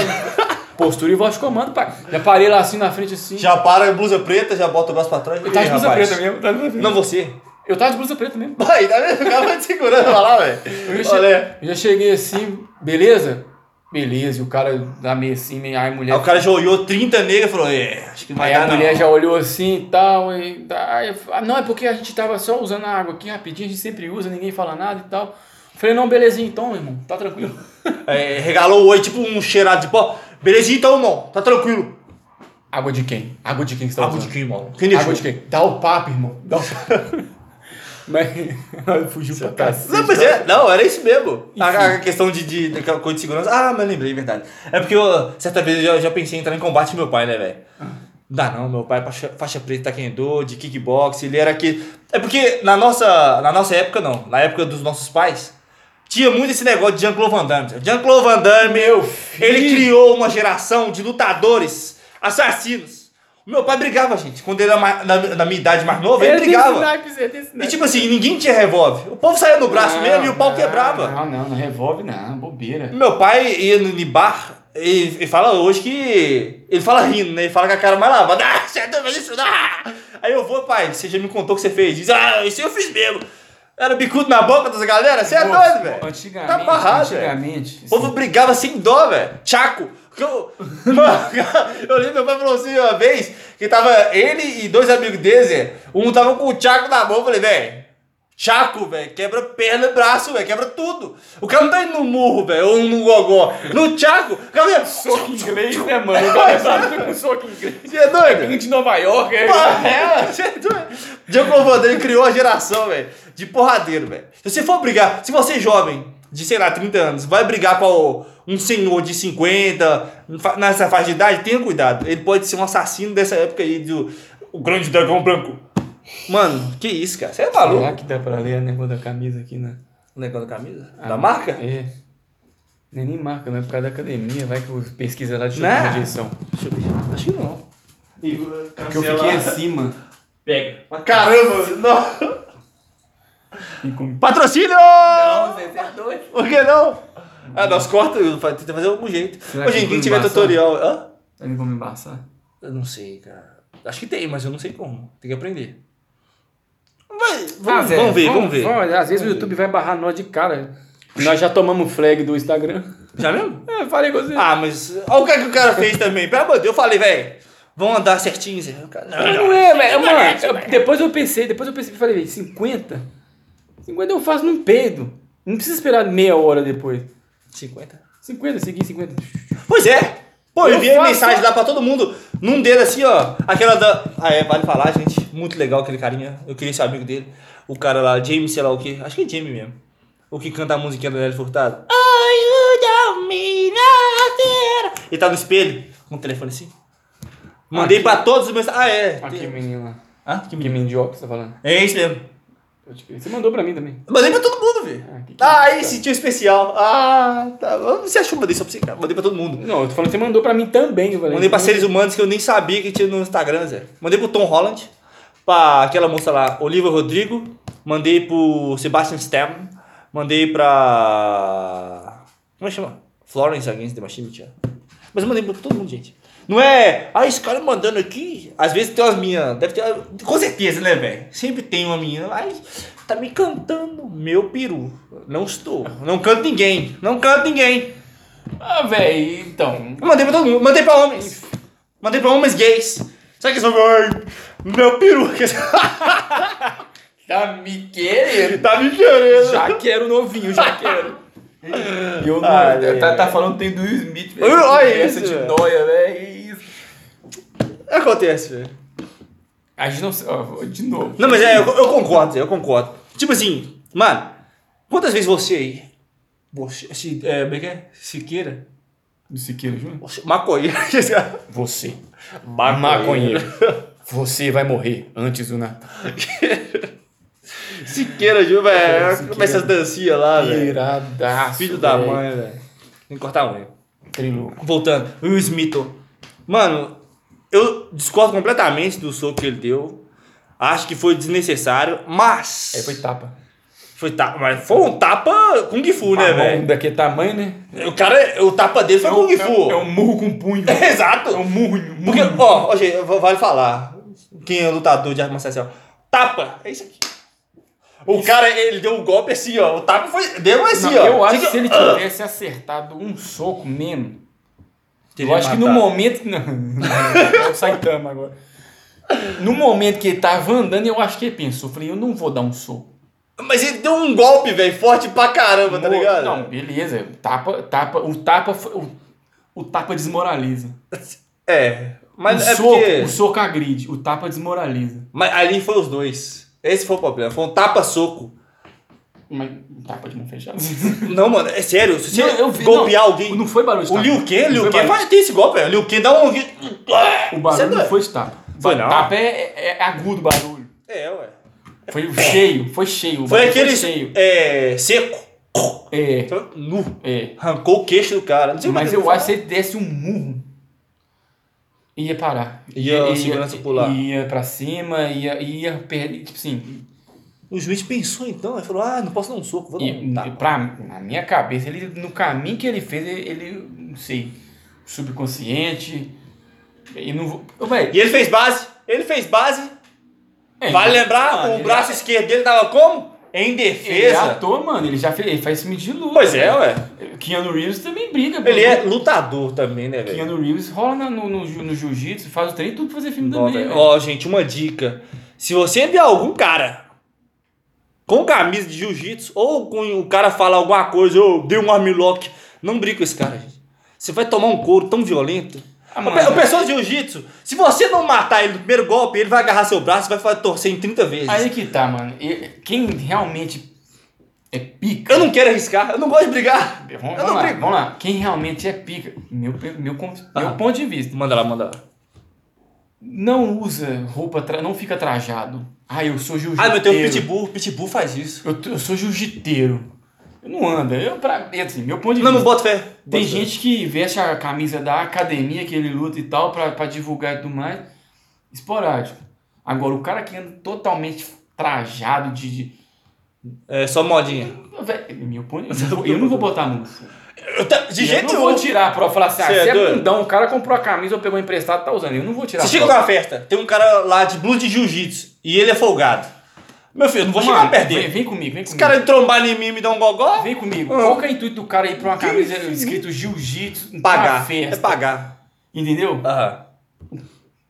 Speaker 2: Postura e voz de comando, pai. Já parei lá assim na frente, assim.
Speaker 1: Já para, blusa preta, já bota o braço pra trás.
Speaker 2: Eu tava Tá de
Speaker 1: Ih,
Speaker 2: blusa
Speaker 1: rapaz.
Speaker 2: preta mesmo. tava de blusa preta.
Speaker 1: Não você.
Speaker 2: Eu tava de blusa preta mesmo.
Speaker 1: Pai, tá vendo? O cara vai te segurando pra lá,
Speaker 2: Eu
Speaker 1: velho.
Speaker 2: já,
Speaker 1: Olha.
Speaker 2: eu já cheguei assim, beleza? Beleza. E o cara da meio assim, meio. Ai,
Speaker 1: Aí
Speaker 2: mulher.
Speaker 1: o cara já olhou 30 negros e falou, é, acho que não vai
Speaker 2: Aí
Speaker 1: dar
Speaker 2: a mulher
Speaker 1: não.
Speaker 2: já olhou assim e tal, e aí eu falei, ah, não, é porque a gente tava só usando a água aqui rapidinho, a gente sempre usa, ninguém fala nada e tal. Falei, não, belezinha então, irmão, tá tranquilo.
Speaker 1: É, regalou o oi, tipo um cheirado de pó. Belezinha então, irmão. Tá tranquilo.
Speaker 2: Água de quem? Água de quem que você tá
Speaker 1: Água
Speaker 2: usando?
Speaker 1: de quem, irmão? Quem deixou?
Speaker 2: Água de quem? Dá o papo, irmão, dá o papo. Mas fugiu pra cacete.
Speaker 1: Não, mas é, não, era isso mesmo. A, a questão de, de, daquela coisa de segurança. Ah, mas lembrei, verdade. É porque eu, certa vez eu já, já pensei em entrar em combate com meu pai, né, velho? Não dá não, meu pai é faixa, faixa preta taekwondo, de kickbox, ele era que... É porque na nossa, na nossa época, não, na época dos nossos pais, tinha muito esse negócio de Jean-Claude Van Damme. Jean-Claude Van Damme, meu ele criou uma geração de lutadores assassinos. O Meu pai brigava, gente, quando ele era ma- na, na minha idade mais nova, ele
Speaker 2: Ele
Speaker 1: brigava. E
Speaker 2: brigava.
Speaker 1: tipo assim, ninguém tinha revólver. O povo saía no braço mesmo e o
Speaker 2: Ah,
Speaker 1: pau quebrava.
Speaker 3: Não, não, não revolve não, bobeira.
Speaker 1: Meu pai ia no no bar e, e fala hoje que. Ele fala rindo, né? Ele fala com a cara mais lavada. Ah, você tá fazendo isso? Ah! Aí eu vou, pai, você já me contou o que você fez. Diz, ah, isso eu fiz mesmo. Era bicudo na boca dessa galera? Você é
Speaker 3: Pô,
Speaker 1: doido, velho.
Speaker 3: Antigamente,
Speaker 1: Tá barrado,
Speaker 3: antigamente.
Speaker 1: O
Speaker 2: assim,
Speaker 1: povo brigava sem dó, velho. Tchaco. Que Eu, Mano, eu lembro, meu pai falou assim uma vez que tava ele e dois amigos dele, Zé. um tava com o Tchaco na mão, eu falei, velho, Tchaco, velho, quebra perna e braço, velho, quebra tudo. O cara não tá indo no murro, velho, ou no gogó. No Tchaco, o cara vem,
Speaker 2: Soco inglês, né, mano? O cara sabe com soco inglês.
Speaker 1: você é doido?
Speaker 2: Vim de Nova York, é.
Speaker 1: Porra, é, você é doido. Diogo Lovato, ele criou a geração, velho, de porradeiro, velho. Se você for brigar, se você é jovem, de sei lá, 30 anos, vai brigar com um senhor de 50, fa- nessa faixa de idade, tenha cuidado. Ele pode ser um assassino dessa época aí do o grande dragão branco. Mano, que isso, cara? Você é maluco?
Speaker 2: Será que dá pra ler o negócio da camisa aqui, né?
Speaker 1: O negócio da camisa? Da marca?
Speaker 2: É. Nem, nem marca, mas é por causa da academia, vai que eu pesquisa lá de
Speaker 1: Né?
Speaker 2: rejeição.
Speaker 1: Deixa eu ver. Acho que não.
Speaker 4: E
Speaker 3: Porque eu fiquei assim, mano.
Speaker 4: Pega.
Speaker 1: Mas caramba, não.
Speaker 3: Fiquei com-
Speaker 1: Patrocínio! Não, Por que não? Ah, nós corta, faz- tenta fazer de algum jeito.
Speaker 3: Será
Speaker 1: Hoje
Speaker 3: que
Speaker 1: em dia
Speaker 3: não
Speaker 1: tiver
Speaker 3: embaça?
Speaker 1: tutorial. Hã?
Speaker 3: Tá me como embaçar?
Speaker 1: Eu não sei, cara. Acho que tem, mas eu não sei como. Tem que aprender. vamos,
Speaker 2: Ah, Zé,
Speaker 1: vamos ver, vamos, ver.
Speaker 2: vamos- às vezes o YouTube vai barrar nós de cara. Nós já tomamos flag do Instagram.
Speaker 1: Já mesmo?
Speaker 2: É, falei com você.
Speaker 1: Ah, mas olha o que, que o cara fez também. Pelo amor de Deus, eu falei, velho. Vão andar certinho, Zé. O cara- Não,
Speaker 2: não é, velho. Mano, eu- depois eu pensei, depois eu pensei, falei, velho, 50? 50 eu faço num peido. Não precisa esperar meia hora depois.
Speaker 1: 50.
Speaker 2: 50, segui 50.
Speaker 1: Pois é. Pô, eu
Speaker 2: Eu
Speaker 1: enviei
Speaker 2: faço-
Speaker 1: mensagem lá pra todo mundo. Num dedo assim, ó. Aquela da. Ah, é, vale falar, gente. Muito legal aquele carinha. Eu queria ser amigo dele. O cara lá, James, sei lá o quê. Acho que é James mesmo. O que canta a musiquinha da Nelly Furtado. Oh, you don't mean nothing. Ele tá no espelho, com o telefone assim. Mandei pra todos os meus. Ah, é.
Speaker 2: Aqui,
Speaker 1: Tem-
Speaker 2: menino lá.
Speaker 1: Hã? Que
Speaker 2: Que
Speaker 1: menino.
Speaker 2: mendigo que você tá falando.
Speaker 1: É isso mesmo.
Speaker 2: Eu te- Você mandou pra mim também.
Speaker 1: Mandei pra todo mundo, velho.
Speaker 2: Ah, que que-
Speaker 1: Ah, aí, sentiu especial. Ah, tá. Você achou? Mandei só pra você, cara. Mandei pra todo mundo.
Speaker 2: Não, eu tô falando que você mandou pra mim também. Eu falei,
Speaker 1: Mandei pra
Speaker 2: então-
Speaker 1: seres humanos que eu nem sabia que tinha no Instagram, Zé. Mandei pro Tom Holland, pra aquela moça lá, Oliva Rodrigo. Mandei pro Sebastian Stan. Mandei pra. Como é que chama? Florence Against the Machine, tia. Mas eu mandei pra todo mundo, gente. Não é. Ah, esse cara mandando aqui. Às vezes tem umas minhas. Deve ter. Com certeza, né, velho? Sempre tem uma menina. Ai, tá me cantando. Meu peru. Não estou. Não canto ninguém. Não canto ninguém.
Speaker 3: Ah, velho, então.
Speaker 1: Eu mandei pra todo mundo, mandei pra homens. Mandei pra homens gays. Sabe que eles vão falar, "Ai, um meu peru que
Speaker 3: Tá me querendo.
Speaker 1: tá me querendo.
Speaker 2: Já quero novinho, já quero.
Speaker 3: Eu não,
Speaker 1: Ah,
Speaker 3: tá-
Speaker 1: é,
Speaker 3: tá,
Speaker 1: é.
Speaker 3: falando tem do Will Smith,
Speaker 1: Olha
Speaker 3: velho. Essa
Speaker 1: isso,
Speaker 3: de
Speaker 1: velho.
Speaker 3: noia, velho. é Isso.
Speaker 1: Acontece, velho.
Speaker 3: A gente não. Ó, de novo.
Speaker 1: Não, mas é, eu, eu concordo, eu concordo. Tipo assim, mano, quantas vezes você aí. Você, se, é, como é que é? Siqueira?
Speaker 3: Do Siqueira Júnior?
Speaker 1: Você- Maconheiro.
Speaker 2: Você,
Speaker 1: Maconheiro.
Speaker 2: maconheiro, você vai morrer antes do Natal.
Speaker 1: Siqueira, Ju, velho.
Speaker 2: Siqueira.
Speaker 1: Começa as dancinhas lá, velho.
Speaker 2: Iradaço.
Speaker 1: É. Filho da
Speaker 2: velho.
Speaker 1: mãe, velho. Tem que cortar a unha.
Speaker 2: Trilouco.
Speaker 1: Voltando, Will Smith. Mano, eu discordo completamente do soco que ele deu. Acho que foi desnecessário, mas.
Speaker 2: Aí É, foi tapa.
Speaker 1: Foi tapa. Mas foi um tapa Kung Fu, né,
Speaker 2: A mão
Speaker 1: velho?
Speaker 2: Daquele tamanho, né?
Speaker 1: O cara, o tapa dele foi Kung Fu.
Speaker 3: É um murro com punho.
Speaker 1: Exato.
Speaker 3: É um murro. murro.
Speaker 1: Porque, ó, ó, gente, vale falar. Quem é lutador de arte marcial? Tapa, é isso aqui. O cara, ele deu um golpe assim, ó. O tapa foi. Deu assim, ó.
Speaker 2: Não, eu acho
Speaker 1: Assim,
Speaker 2: que se ele
Speaker 1: ó.
Speaker 2: tivesse acertado um soco mesmo.
Speaker 1: Teria
Speaker 2: eu acho que no
Speaker 1: matado.
Speaker 2: momento. Não, é o Saitama agora. No momento que ele tava andando, eu acho que ele pensou. eu Falei, eu não vou dar um soco.
Speaker 1: Mas ele deu um golpe, velho, forte pra caramba, tá ligado?
Speaker 2: Não, beleza. Tapa, tapa, o tapa. foi- O, o tapa desmoraliza.
Speaker 1: É. Mas
Speaker 2: o,
Speaker 1: é
Speaker 2: Um soco,
Speaker 1: porque.
Speaker 2: o soco agride, o tapa desmoraliza.
Speaker 1: Mas ali foi os dois. Esse foi o problema. Foi um tapa-soco.
Speaker 3: Mas tapa de mão fechada.
Speaker 1: Não, mano, é sério. Se você
Speaker 2: Não, eu vi-
Speaker 1: golpear
Speaker 2: não,
Speaker 1: alguém.
Speaker 2: Não foi barulho de
Speaker 1: O
Speaker 2: tapa.
Speaker 1: Liu Kang,
Speaker 2: Não
Speaker 1: Liu
Speaker 2: foi
Speaker 1: Kang
Speaker 2: barulho-
Speaker 1: vai ter esse golpe, velho. Liu Kang dá um.
Speaker 2: O
Speaker 1: Você
Speaker 2: barulho
Speaker 1: não
Speaker 2: não
Speaker 1: é-
Speaker 2: foi de tapa.
Speaker 1: Foi não?
Speaker 2: Tapa é, é- é agudo o barulho.
Speaker 1: É, ué.
Speaker 2: Foi cheio, foi cheio. o
Speaker 1: É. Foi
Speaker 2: barulho
Speaker 1: aquele.
Speaker 2: cheio.
Speaker 1: É. Seco.
Speaker 2: É,
Speaker 1: Nu.
Speaker 2: é.
Speaker 1: Arrancou o queixo do cara. Não sei
Speaker 2: Mas
Speaker 1: como
Speaker 2: eu acho que se ele desse um murro, ia parar.
Speaker 1: Ia a segurança pular.
Speaker 2: Ia pra cima, ia, ia perder. Tipo assim,
Speaker 1: O juiz pensou então, ele falou: ah, não posso dar um soco, vou dar um
Speaker 2: e,
Speaker 1: tapa.
Speaker 2: pra, na minha cabeça, ele, no caminho que ele fez, ele, ele, não sei, subconsciente. E não vou. Ô, véi,
Speaker 1: E ele fez base. Ele fez base.
Speaker 2: é,
Speaker 1: vale
Speaker 2: ele-
Speaker 1: lembrar,
Speaker 2: mano,
Speaker 1: o
Speaker 2: ele- é-
Speaker 1: braço esquerdo dele tava como? Em
Speaker 2: Ele é
Speaker 1: defesa.
Speaker 2: ator, mano, ele já fez, ele faz filme de luta. né?
Speaker 1: Pois é, ué.
Speaker 2: Keanu Reeves também briga.
Speaker 1: Ele
Speaker 2: pô.
Speaker 1: é lutador também, né, velho?
Speaker 2: Keanu Reeves rola na- no, no, ju- no jiu-jitsu, faz o treino tudo pra fazer filme
Speaker 1: Ó,
Speaker 2: também. né?
Speaker 1: velho,
Speaker 2: velho.
Speaker 1: ó, gente, uma dica. Se você ver algum cara com camisa de jiu-jitsu ou com o cara falar alguma coisa, eu dei um armlock, não brinca com esse cara, gente. Você vai tomar um couro tão violento.
Speaker 2: Ah,
Speaker 1: O pe-
Speaker 2: mano,
Speaker 1: O pessoal de jiu-jitsu, se você não matar ele no primeiro golpe, ele vai agarrar seu braço e vai fa- torcer em 30 vezes.
Speaker 2: Aí que tá, mano. E- Quem realmente é pica.
Speaker 1: Eu não quero arriscar, eu não gosto de brigar.
Speaker 2: Vamos,
Speaker 1: eu
Speaker 2: vamos
Speaker 1: não
Speaker 2: lá,
Speaker 1: brigo.
Speaker 2: vamos lá. Quem realmente é pica, meu, pe- meu, con-
Speaker 1: Ah.
Speaker 2: meu ponto de vista,
Speaker 1: Manda lá, manda lá.
Speaker 2: não usa roupa, tra- não fica trajado. Ah, eu sou jiu-jiteiro.
Speaker 1: Ah, mas tem o pitbull, o pitbull faz isso.
Speaker 2: Eu, t- eu sou jiu-jiteiro. Eu não ando. Eu, pra, é assim, meu ponto de
Speaker 1: Não, não
Speaker 2: vista.
Speaker 1: bota fé. Bota
Speaker 2: Tem
Speaker 1: fé.
Speaker 2: gente que veste a camisa da academia que ele luta e tal, pra, pra divulgar e tudo mais. Esporádico. Agora, o cara que anda totalmente trajado de. de-
Speaker 1: É só modinha.
Speaker 2: Véi, Meu ponto, eu, não vou- eu não vou botar anúncio.
Speaker 1: Eu ta- de
Speaker 2: Eu
Speaker 1: jeito
Speaker 2: não
Speaker 1: nenhum.
Speaker 2: vou tirar pra falar assim, ah,
Speaker 1: Cê é
Speaker 2: você é
Speaker 1: doido?
Speaker 2: bundão, o cara comprou a camisa ou pegou emprestado tá usando. Eu não vou tirar.
Speaker 1: Você chega
Speaker 2: foto.
Speaker 1: numa festa, tem um cara lá de blues de jiu-jitsu e ele é folgado. Meu filho, eu não vou chegar
Speaker 2: Mano,
Speaker 1: perto dele.
Speaker 2: vem, vem comigo, vem
Speaker 1: Esse
Speaker 2: comigo.
Speaker 1: cara trombar em mim e me dar um gogó,
Speaker 2: Vem comigo.
Speaker 1: Ah.
Speaker 2: Qual que é o intuito do cara ir pra uma camisa escrito jiu-jitsu pra
Speaker 1: pagar. É
Speaker 2: festa?
Speaker 1: pagar.
Speaker 2: Entendeu?
Speaker 1: Aham.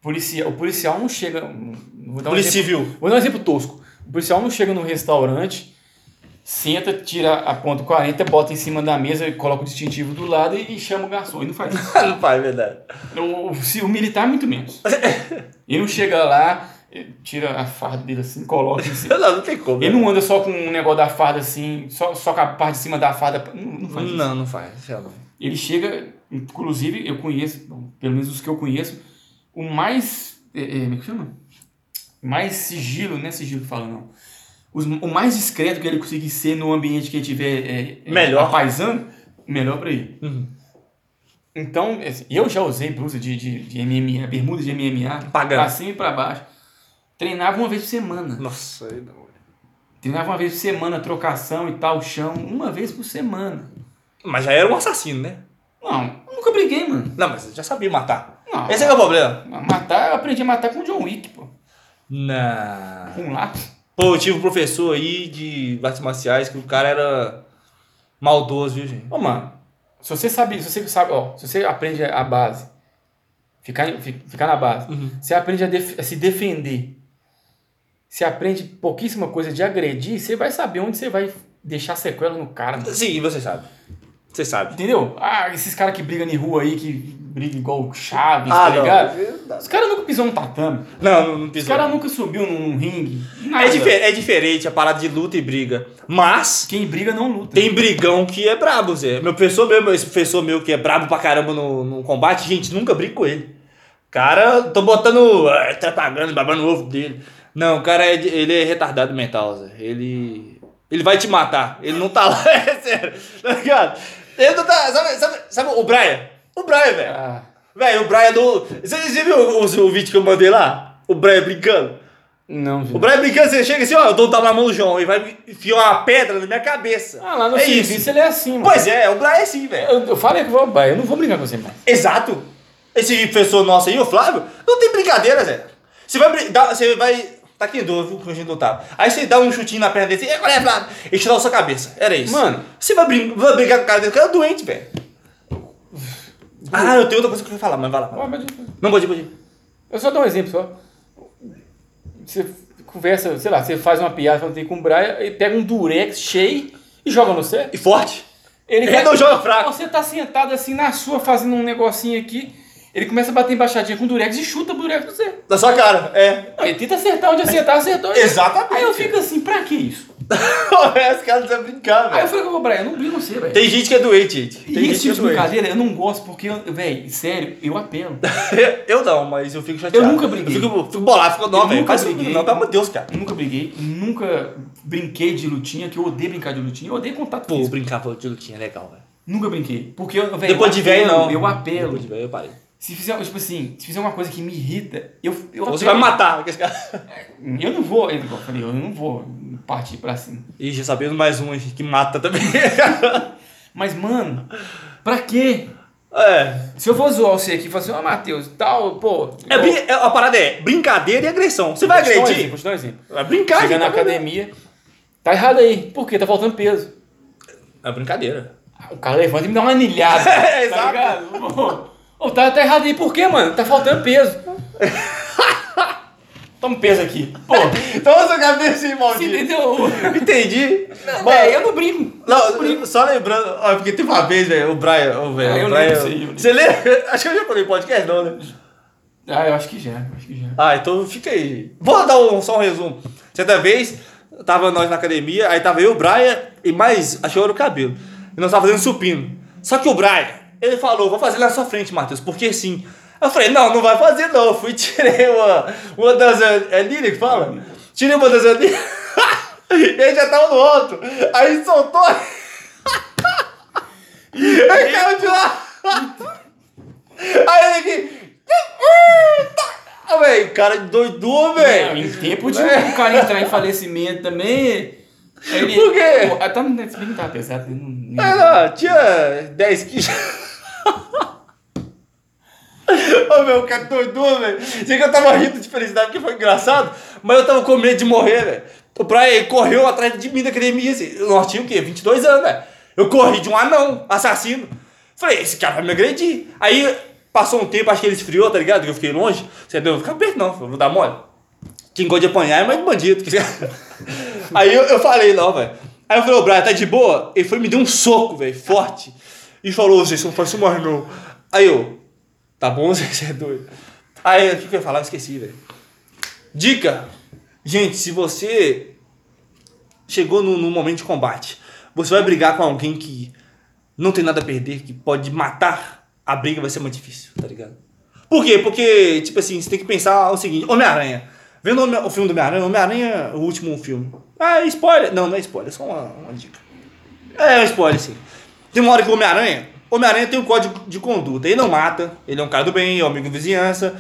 Speaker 2: Policia, o policial não chega. Vou dar um
Speaker 1: Polícia
Speaker 2: exemplo,
Speaker 1: civil.
Speaker 2: vou dar um exemplo tosco. O policial não chega num restaurante, senta, tira a ponta 40, bota em cima da mesa, coloca o distintivo do lado e, e chama o garçom. Ele não faz isso.
Speaker 1: Ah, não faz, é verdade.
Speaker 2: O, o, se- o militar, muito menos. Ele não chega lá, eh, tira a farda dele assim, coloca em cima.
Speaker 1: Não, não tem como.
Speaker 2: Ele
Speaker 1: né?
Speaker 2: não anda só com um negócio da farda assim, só, só com a parte de cima da farda. Não, não faz isso.
Speaker 1: Não, não faz. é sei lá.
Speaker 2: Ele chega, inclusive, eu conheço, bom, pelo menos os que eu conheço, o mais. eh, eh, como é que chama? Mais sigilo, não é sigilo que fala, não. Os- o mais discreto que ele conseguir ser no ambiente que ele tiver eh, eh,
Speaker 1: Melhor.
Speaker 2: apaisando, melhor pra ele.
Speaker 1: Uhum.
Speaker 2: Então, assim, eu já usei blusa de, de, de MMA, bermuda de MMA,
Speaker 1: Pagando.
Speaker 2: pra cima e pra baixo. Treinava uma vez por semana.
Speaker 1: Nossa,
Speaker 2: é
Speaker 1: aí não.
Speaker 2: Treinava uma vez por semana, trocação e tal, chão, uma vez por semana.
Speaker 1: Mas já era um assassino, né?
Speaker 2: Não, eu nunca briguei, mano.
Speaker 1: Não, mas eu já sabia matar.
Speaker 2: Não,
Speaker 1: Esse é que é o problema.
Speaker 2: matar, eu aprendi a matar com o John Wick, pô.
Speaker 1: Não.
Speaker 2: Com um lápis.
Speaker 1: Pô, eu tive um professor aí de artes marciais que o cara era maldoso, viu, gente?
Speaker 2: Ô, mano, Se você sabe, se você sabe, ó, se você aprende a base, ficar, em- fi- ficar na base,
Speaker 1: Uhum.
Speaker 2: você aprende a, def- a se defender, você aprende pouquíssima coisa de agredir, você vai saber onde você vai deixar sequela no cara, mano.
Speaker 1: Sim, e você sabe. Você sabe.
Speaker 2: Entendeu? Ah, esses caras que brigam em rua aí, que brigam igual o Chaves,
Speaker 1: Ah,
Speaker 2: tá
Speaker 1: não.
Speaker 2: ligado? Os caras nunca pisou no tatame.
Speaker 1: Não, não, não
Speaker 2: Os
Speaker 1: pisou.
Speaker 2: caras nunca subiu num ringue.
Speaker 1: É,
Speaker 2: nada.
Speaker 1: dife- é diferente a parada de luta e briga. Mas
Speaker 2: Quem briga não luta.
Speaker 1: tem brigão que é brabo, Zé. Meu professor mesmo, esse professor meu que é brabo pra caramba no, no combate, gente, nunca brigo com ele. Cara, tô botando. ah, Tá pagando, babando o ovo dele. Não, o cara é, de- ele é retardado mental, Zé. Ele. Ele vai te matar. Ele não tá lá, é sério. Tá ligado? Ele não tá. Sabe, sabe, sabe o Brian? O Brian, velho.
Speaker 2: Ah,
Speaker 1: Velho, o Brian do. Vocês viram o, o, o vídeo que eu mandei lá? O Brian brincando?
Speaker 2: não,
Speaker 1: O
Speaker 2: gente.
Speaker 1: Brian brincando, você chega assim, ó, eu dou um tapa na mão do João e vai enfiar uma pedra na minha cabeça.
Speaker 2: Ah, lá no
Speaker 1: é
Speaker 2: serviço
Speaker 1: isso.
Speaker 2: ele é assim, mano.
Speaker 1: Pois é, o Brian é assim, velho.
Speaker 2: Eu, eu falei que vou, eu não vou brigar com você mais.
Speaker 1: Exato. Esse professor nosso aí, o Flávio, não tem brincadeira, Zé. Você vai brin- dar, você vai. Tá aqui em dor, viu? Fugindo do tapa. Aí você dá um chutinho na perna dele assim, "É, olha, Flávio, e tirar a sua cabeça. Era isso.
Speaker 2: Mano.
Speaker 1: Você vai, brin vai brigar com o cara dele, o cara é doente, velho. Ah, eu tenho outra coisa que eu quero falar, mas vai lá. vai lá.
Speaker 2: Ó, mas
Speaker 1: Não, pode ir, pode ir.
Speaker 2: Eu só dou um exemplo só. Você conversa, sei lá, você faz uma piada falando assim com o Brian e pega um durex cheio e joga no você.
Speaker 1: E forte?
Speaker 2: Ele,
Speaker 1: Ele não joga fraco.
Speaker 2: Você tá sentado assim na sua, fazendo um negocinho aqui. Ele começa a bater embaixadinha com o durex e chuta o durex no você.
Speaker 1: Na sua cara, é.
Speaker 2: Não, ele tenta acertar onde acertar, acertou.
Speaker 1: Exatamente.
Speaker 2: Aí eu fico assim, pra que isso?
Speaker 1: Esse cara não sabe brincar,
Speaker 2: Aí eu
Speaker 1: velho.
Speaker 2: falei com o Brian, não briga com você, velho.
Speaker 1: Tem gente que é doente, gente. Tem
Speaker 2: E esse
Speaker 1: gente
Speaker 2: tipo
Speaker 1: que é
Speaker 2: de
Speaker 1: doente.
Speaker 2: brincadeira eu não gosto porque, eu- velho, sério, eu apelo.
Speaker 1: Eu não, mas eu fico chateado.
Speaker 2: Eu nunca briguei.
Speaker 1: Eu fico, fico bolado, fico,
Speaker 2: Eu
Speaker 1: não, velho.
Speaker 2: nunca
Speaker 1: Faz isso
Speaker 2: briguei.
Speaker 1: comigo não, pelo amor de Deus, cara.
Speaker 2: Eu nunca briguei, nunca brinquei de lutinha, que eu odeio brincar de lutinha, eu odeio contato
Speaker 1: Pô,
Speaker 2: físico.
Speaker 1: brincar pô, de lutinha é legal, velho.
Speaker 2: Nunca brinquei. Porque eu, velho,
Speaker 1: Depois
Speaker 2: eu
Speaker 1: de velho,
Speaker 2: apelo,
Speaker 1: não.
Speaker 2: Eu apelo.
Speaker 1: Depois de velho, eu parei.
Speaker 2: Se fizer, tipo assim, se fizer uma coisa que me irrita, eu, eu
Speaker 1: Ou você vai
Speaker 2: apelo.
Speaker 1: matar esse cara.
Speaker 2: Eu não vou, eu falei, eu não vou partir pra cima.
Speaker 1: Ih, já sabendo mais um que mata também.
Speaker 2: Mas, mano, pra quê?
Speaker 1: é.
Speaker 2: Se eu for zoar você aqui e falar assim, ó, Matheus, tal, pô.
Speaker 1: É,
Speaker 2: eu-
Speaker 1: brin- é, A parada é brincadeira e agressão. Você
Speaker 2: Vou
Speaker 1: vai
Speaker 2: te dar um exemplo,
Speaker 1: agredir?
Speaker 2: Vou te dar um exemplo.
Speaker 1: É brincar,
Speaker 2: Chega na
Speaker 1: gente, tá vendo?
Speaker 2: academia, tá errado aí. Por quê? Tá faltando peso.
Speaker 1: É brincadeira.
Speaker 2: O cara levanta e me dá uma anilhada.
Speaker 1: É,
Speaker 2: tá
Speaker 1: exato.
Speaker 2: ligado? Pô, Ô, tá, tá errado aí, por quê, mano? Tá faltando peso. Toma um peso aqui. Pô,
Speaker 1: Toma Então, sua cabeça aí,
Speaker 2: você
Speaker 1: maldito.
Speaker 2: entendeu?
Speaker 1: Entendi. Não,
Speaker 2: Véi, eu não brinco.
Speaker 1: Não, só lembrando, ó, porque teve uma vez, velho, o Brian, ô, velho,
Speaker 2: Ah, eu
Speaker 1: o Brian.
Speaker 2: lembro isso aí, eu
Speaker 1: você lembra? Acho que eu já falei em podcast, não, né?
Speaker 2: Ah, eu acho que já, acho que já.
Speaker 1: Ah, então fica aí. Vou dar um, só um resumo. Certa vez, tava nós na academia, aí tava eu, o Brian e mais, acho que era o cabelo. E nós tava fazendo supino. Só que o Brian, ele falou, vou fazer na sua frente, Matheus, porque sim. Eu falei, não, não vai fazer não. Eu fui e tirei uma, uma das... É Lili que fala? Tirei uma das... ele já tava no outro. Aí soltou... ele caiu de lá. Aí ele aqui... Ah, velho, o cara doidou,
Speaker 2: Não,
Speaker 1: velho.
Speaker 2: É, em tempo de um cara entrar em falecimento também. Ele,
Speaker 1: Por quê?
Speaker 2: Pô, tá no Netflix, não tá pesado. ele É, não-
Speaker 1: Era, "Ah, tinha 10 quilos. Ô meu, o cara doidou, velho. Sei que eu tava rindo de felicidade porque foi engraçado, mas eu tava com medo de morrer, velho. O Praia correu atrás de mim da academia. Assim. Nós tinha o quê? 22 anos, velho. Eu corri de um anão, assassino. Falei, esse cara vai me agredir. Aí passou um tempo, acho que ele esfriou, tá ligado? Que eu fiquei longe. Você é não vou ficar perto, não, eu vou dar mole. Quem gosta de apanhar é mais bandido. Aí eu, eu falei, não, velho. Aí eu falei, ô Brian, tá de boa? Ele foi e me deu um soco, velho, forte. E falou, Zé, você não faz isso mais, não. Aí eu, tá bom, Zé, você é doido. Aí, o que que eu ia falar? Eu esqueci, velho. Dica. Gente, se você chegou num, num momento de combate, você vai brigar com alguém que não tem nada a perder, que pode matar, a briga vai ser mais difícil, tá ligado? Por quê? Porque, tipo assim, você tem que pensar o seguinte: Homem-Aranha. Vendo o Homem- o filme do Homem-Aranha, Homem-Aranha, o último filme. Ah, é spoiler! Não, não é spoiler, é só uma, uma dica. É, é um spoiler, sim. Tem uma hora que o Homem-Aranha. Homem-Aranha tem um código de conduta. Ele não mata, ele é um cara do bem, é um amigo de vizinhança.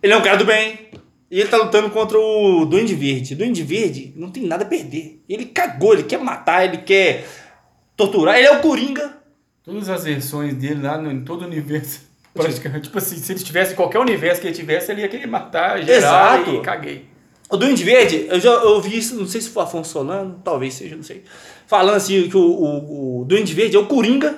Speaker 1: Ele é um cara do bem. E ele tá lutando contra o Duende Verde. O Duende Verde não tem nada a perder. Ele cagou, ele quer matar, ele quer torturar. Ele é o Coringa
Speaker 2: Todas as versões dele lá no, em todo o universo. Praticamente, tipo assim, se ele tivesse qualquer universo que ele tivesse, ele ia querer matar geral
Speaker 1: Exato.
Speaker 2: e caguei.
Speaker 1: O Duende Verde, eu já ouvi isso, não sei se foi Afonso Solano, talvez seja, não sei. Falando assim que o, o, o Duende Verde é o Coringa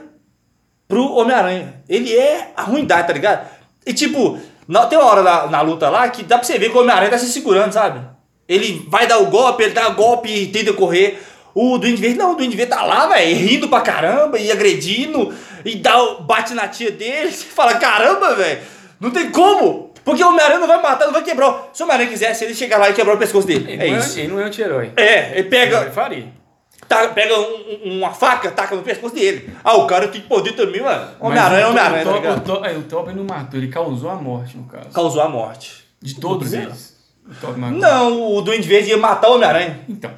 Speaker 1: pro Homem-Aranha. Ele é a ruindade, tá ligado? E tipo, na- tem uma hora na, na luta lá que dá pra você ver que o Homem-Aranha tá se segurando, sabe? Ele vai dar o golpe, ele dá o golpe e tenta correr. O Duende Verde, não, o Duende Verde tá lá, velho, rindo pra caramba e agredindo. E dá, o- bate na tia dele. Você fala, caramba, velho, não tem como. Porque o Homem-Aranha não vai matar, não vai quebrar. Se o Homem-Aranha quisesse, ele chegar lá e quebrar o pescoço dele.
Speaker 2: Ele,
Speaker 1: é
Speaker 2: não,
Speaker 1: isso.
Speaker 2: É, ele não é anti-herói.
Speaker 1: É, ele pega,
Speaker 2: Eu faria.
Speaker 1: Tá, pega um- um- uma faca, taca no pescoço dele. Ah, o cara tem poder também, mano.
Speaker 3: Mas
Speaker 1: Homem-Aranha,
Speaker 3: o
Speaker 1: Homem-Aranha,
Speaker 3: Tom-
Speaker 1: tá
Speaker 3: o
Speaker 1: ligado?
Speaker 3: Tom- é, O Tobey não matou, ele causou a morte, no caso.
Speaker 1: Causou a morte.
Speaker 3: De todos eles. O Tobey Maguire.
Speaker 1: Não, o Duende Verde ia matar o Homem-Aranha.
Speaker 3: Então.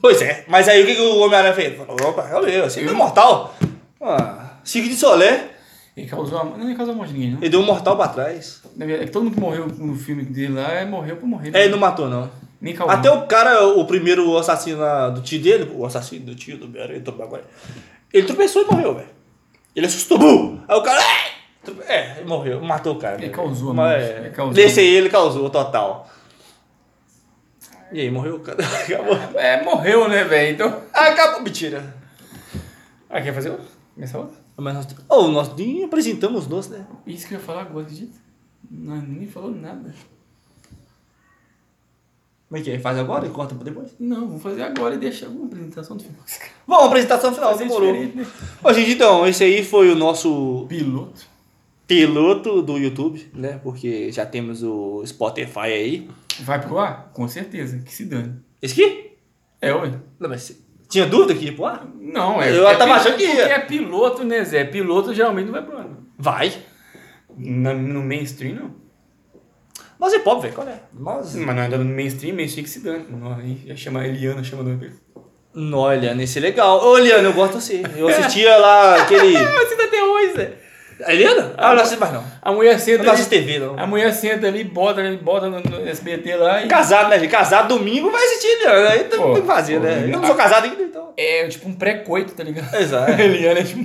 Speaker 1: Pois é, mas aí o que, que o Homem-Aranha fez? Falou, opa, valeu, você deu é mortal. Ah, Chico de Solé,
Speaker 3: Ele causou a morte. Não, ele causou a morte de ninguém, não.
Speaker 1: ele deu um mortal pra trás.
Speaker 3: Na verdade, todo mundo que morreu no filme dele lá é morreu por morrer.
Speaker 1: É, ele não matou, não.
Speaker 3: Nem causou.
Speaker 1: Até o cara, o primeiro assassino lá do tio dele, o assassino do tio do Homem-Aranha, do Maguire, ele tropeçou e morreu, velho. Ele assustou, bum! Aí o cara, "Ah!" Trope- é, ele morreu, matou o cara.
Speaker 3: Ele
Speaker 1: velho.
Speaker 3: causou,
Speaker 1: Mas,
Speaker 3: mano. Ele causou.
Speaker 1: Desse aí ele causou, total. E aí, morreu o cara. Acabou.
Speaker 3: É, morreu, né, velho? Então.
Speaker 1: Acabou, mentira.
Speaker 2: Ah, quer fazer outro? Começar outro?
Speaker 1: Mas nós, oh, nós nem apresentamos nós, né?
Speaker 3: Isso que eu ia falar agora, acredita? Não, nem falou nada.
Speaker 1: Como é que é? Faz agora e corta pra depois?
Speaker 3: Não, vou fazer agora e deixar alguma apresentação do filme. com esse cara.
Speaker 1: Bom, apresentação final,
Speaker 3: Fazer
Speaker 1: demorou.
Speaker 3: diferente, né?
Speaker 1: Ô, gente, então, esse aí foi o nosso
Speaker 3: Piloto.
Speaker 1: piloto do YouTube, né? Porque já temos o Spotify aí.
Speaker 3: Vai pro ar? Com certeza, que se dane.
Speaker 1: Esse aqui?
Speaker 3: É, ué.
Speaker 1: Não, mas você- tinha dúvida que ia pro ar?
Speaker 3: Não, é.
Speaker 1: Eu
Speaker 3: é
Speaker 1: tava
Speaker 3: pi-
Speaker 1: achando que
Speaker 3: porque
Speaker 1: ia.
Speaker 3: é piloto, né, Zé? Piloto geralmente não vai pro ano.
Speaker 1: Vai.
Speaker 2: Na- no mainstream, não.
Speaker 1: Nós é pobre, velho. Qual é? Nós.
Speaker 2: Mas não é no mainstream, mainstream que se dane. Mano, aí já chama a Eliana, chama do
Speaker 1: Nó, Eliana, esse é legal. Ô, Eliana, eu gosto assim. Eu assistia lá aquele.
Speaker 2: Mas até hoje, Zé.
Speaker 1: A Eliana? Ah, eu não assisto mais não.
Speaker 2: A mulher
Speaker 1: Eu
Speaker 2: senta
Speaker 1: não
Speaker 2: ali,
Speaker 1: assisto TV, não.
Speaker 2: a mulher senta ali, bota, bota no, no SBT lá e...
Speaker 1: Casado, né, gente? Casado domingo vai assistir Eliana. Aí tem
Speaker 2: Pô,
Speaker 1: tem que fazer,
Speaker 2: pô,
Speaker 1: né? Eu não
Speaker 2: Eliana.
Speaker 1: sou casado ainda, então.
Speaker 2: É tipo um pré-coito, tá ligado?
Speaker 1: Exato.
Speaker 2: Eliana é tipo um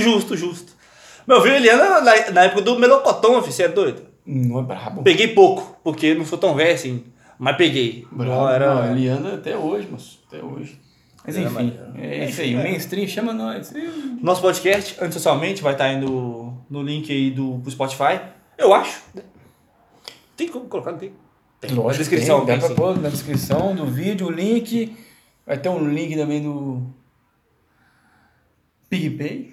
Speaker 1: Justo, justo. Meu, viu Eliana na, na época do Melocotão, filho, você é doido?
Speaker 2: Não é brabo.
Speaker 1: Peguei pouco, porque não sou tão velho assim. Mas peguei.
Speaker 3: Bravo,
Speaker 1: Não, era.
Speaker 2: é.
Speaker 3: não, ele anda até hoje, moço. Até hoje. Mas
Speaker 1: Era
Speaker 3: enfim,
Speaker 1: maneiro.
Speaker 3: é isso aí. O mainstream chama nós.
Speaker 1: Nosso podcast, antissocialmente, vai estar indo no link aí do pro Spotify. Eu acho. Tem como colocar, não tem? Tem. Na descrição,
Speaker 2: tem,
Speaker 1: tem,
Speaker 2: dá pra
Speaker 1: sim.
Speaker 2: pôr na descrição do vídeo o link. Vai ter um link também do PigPay.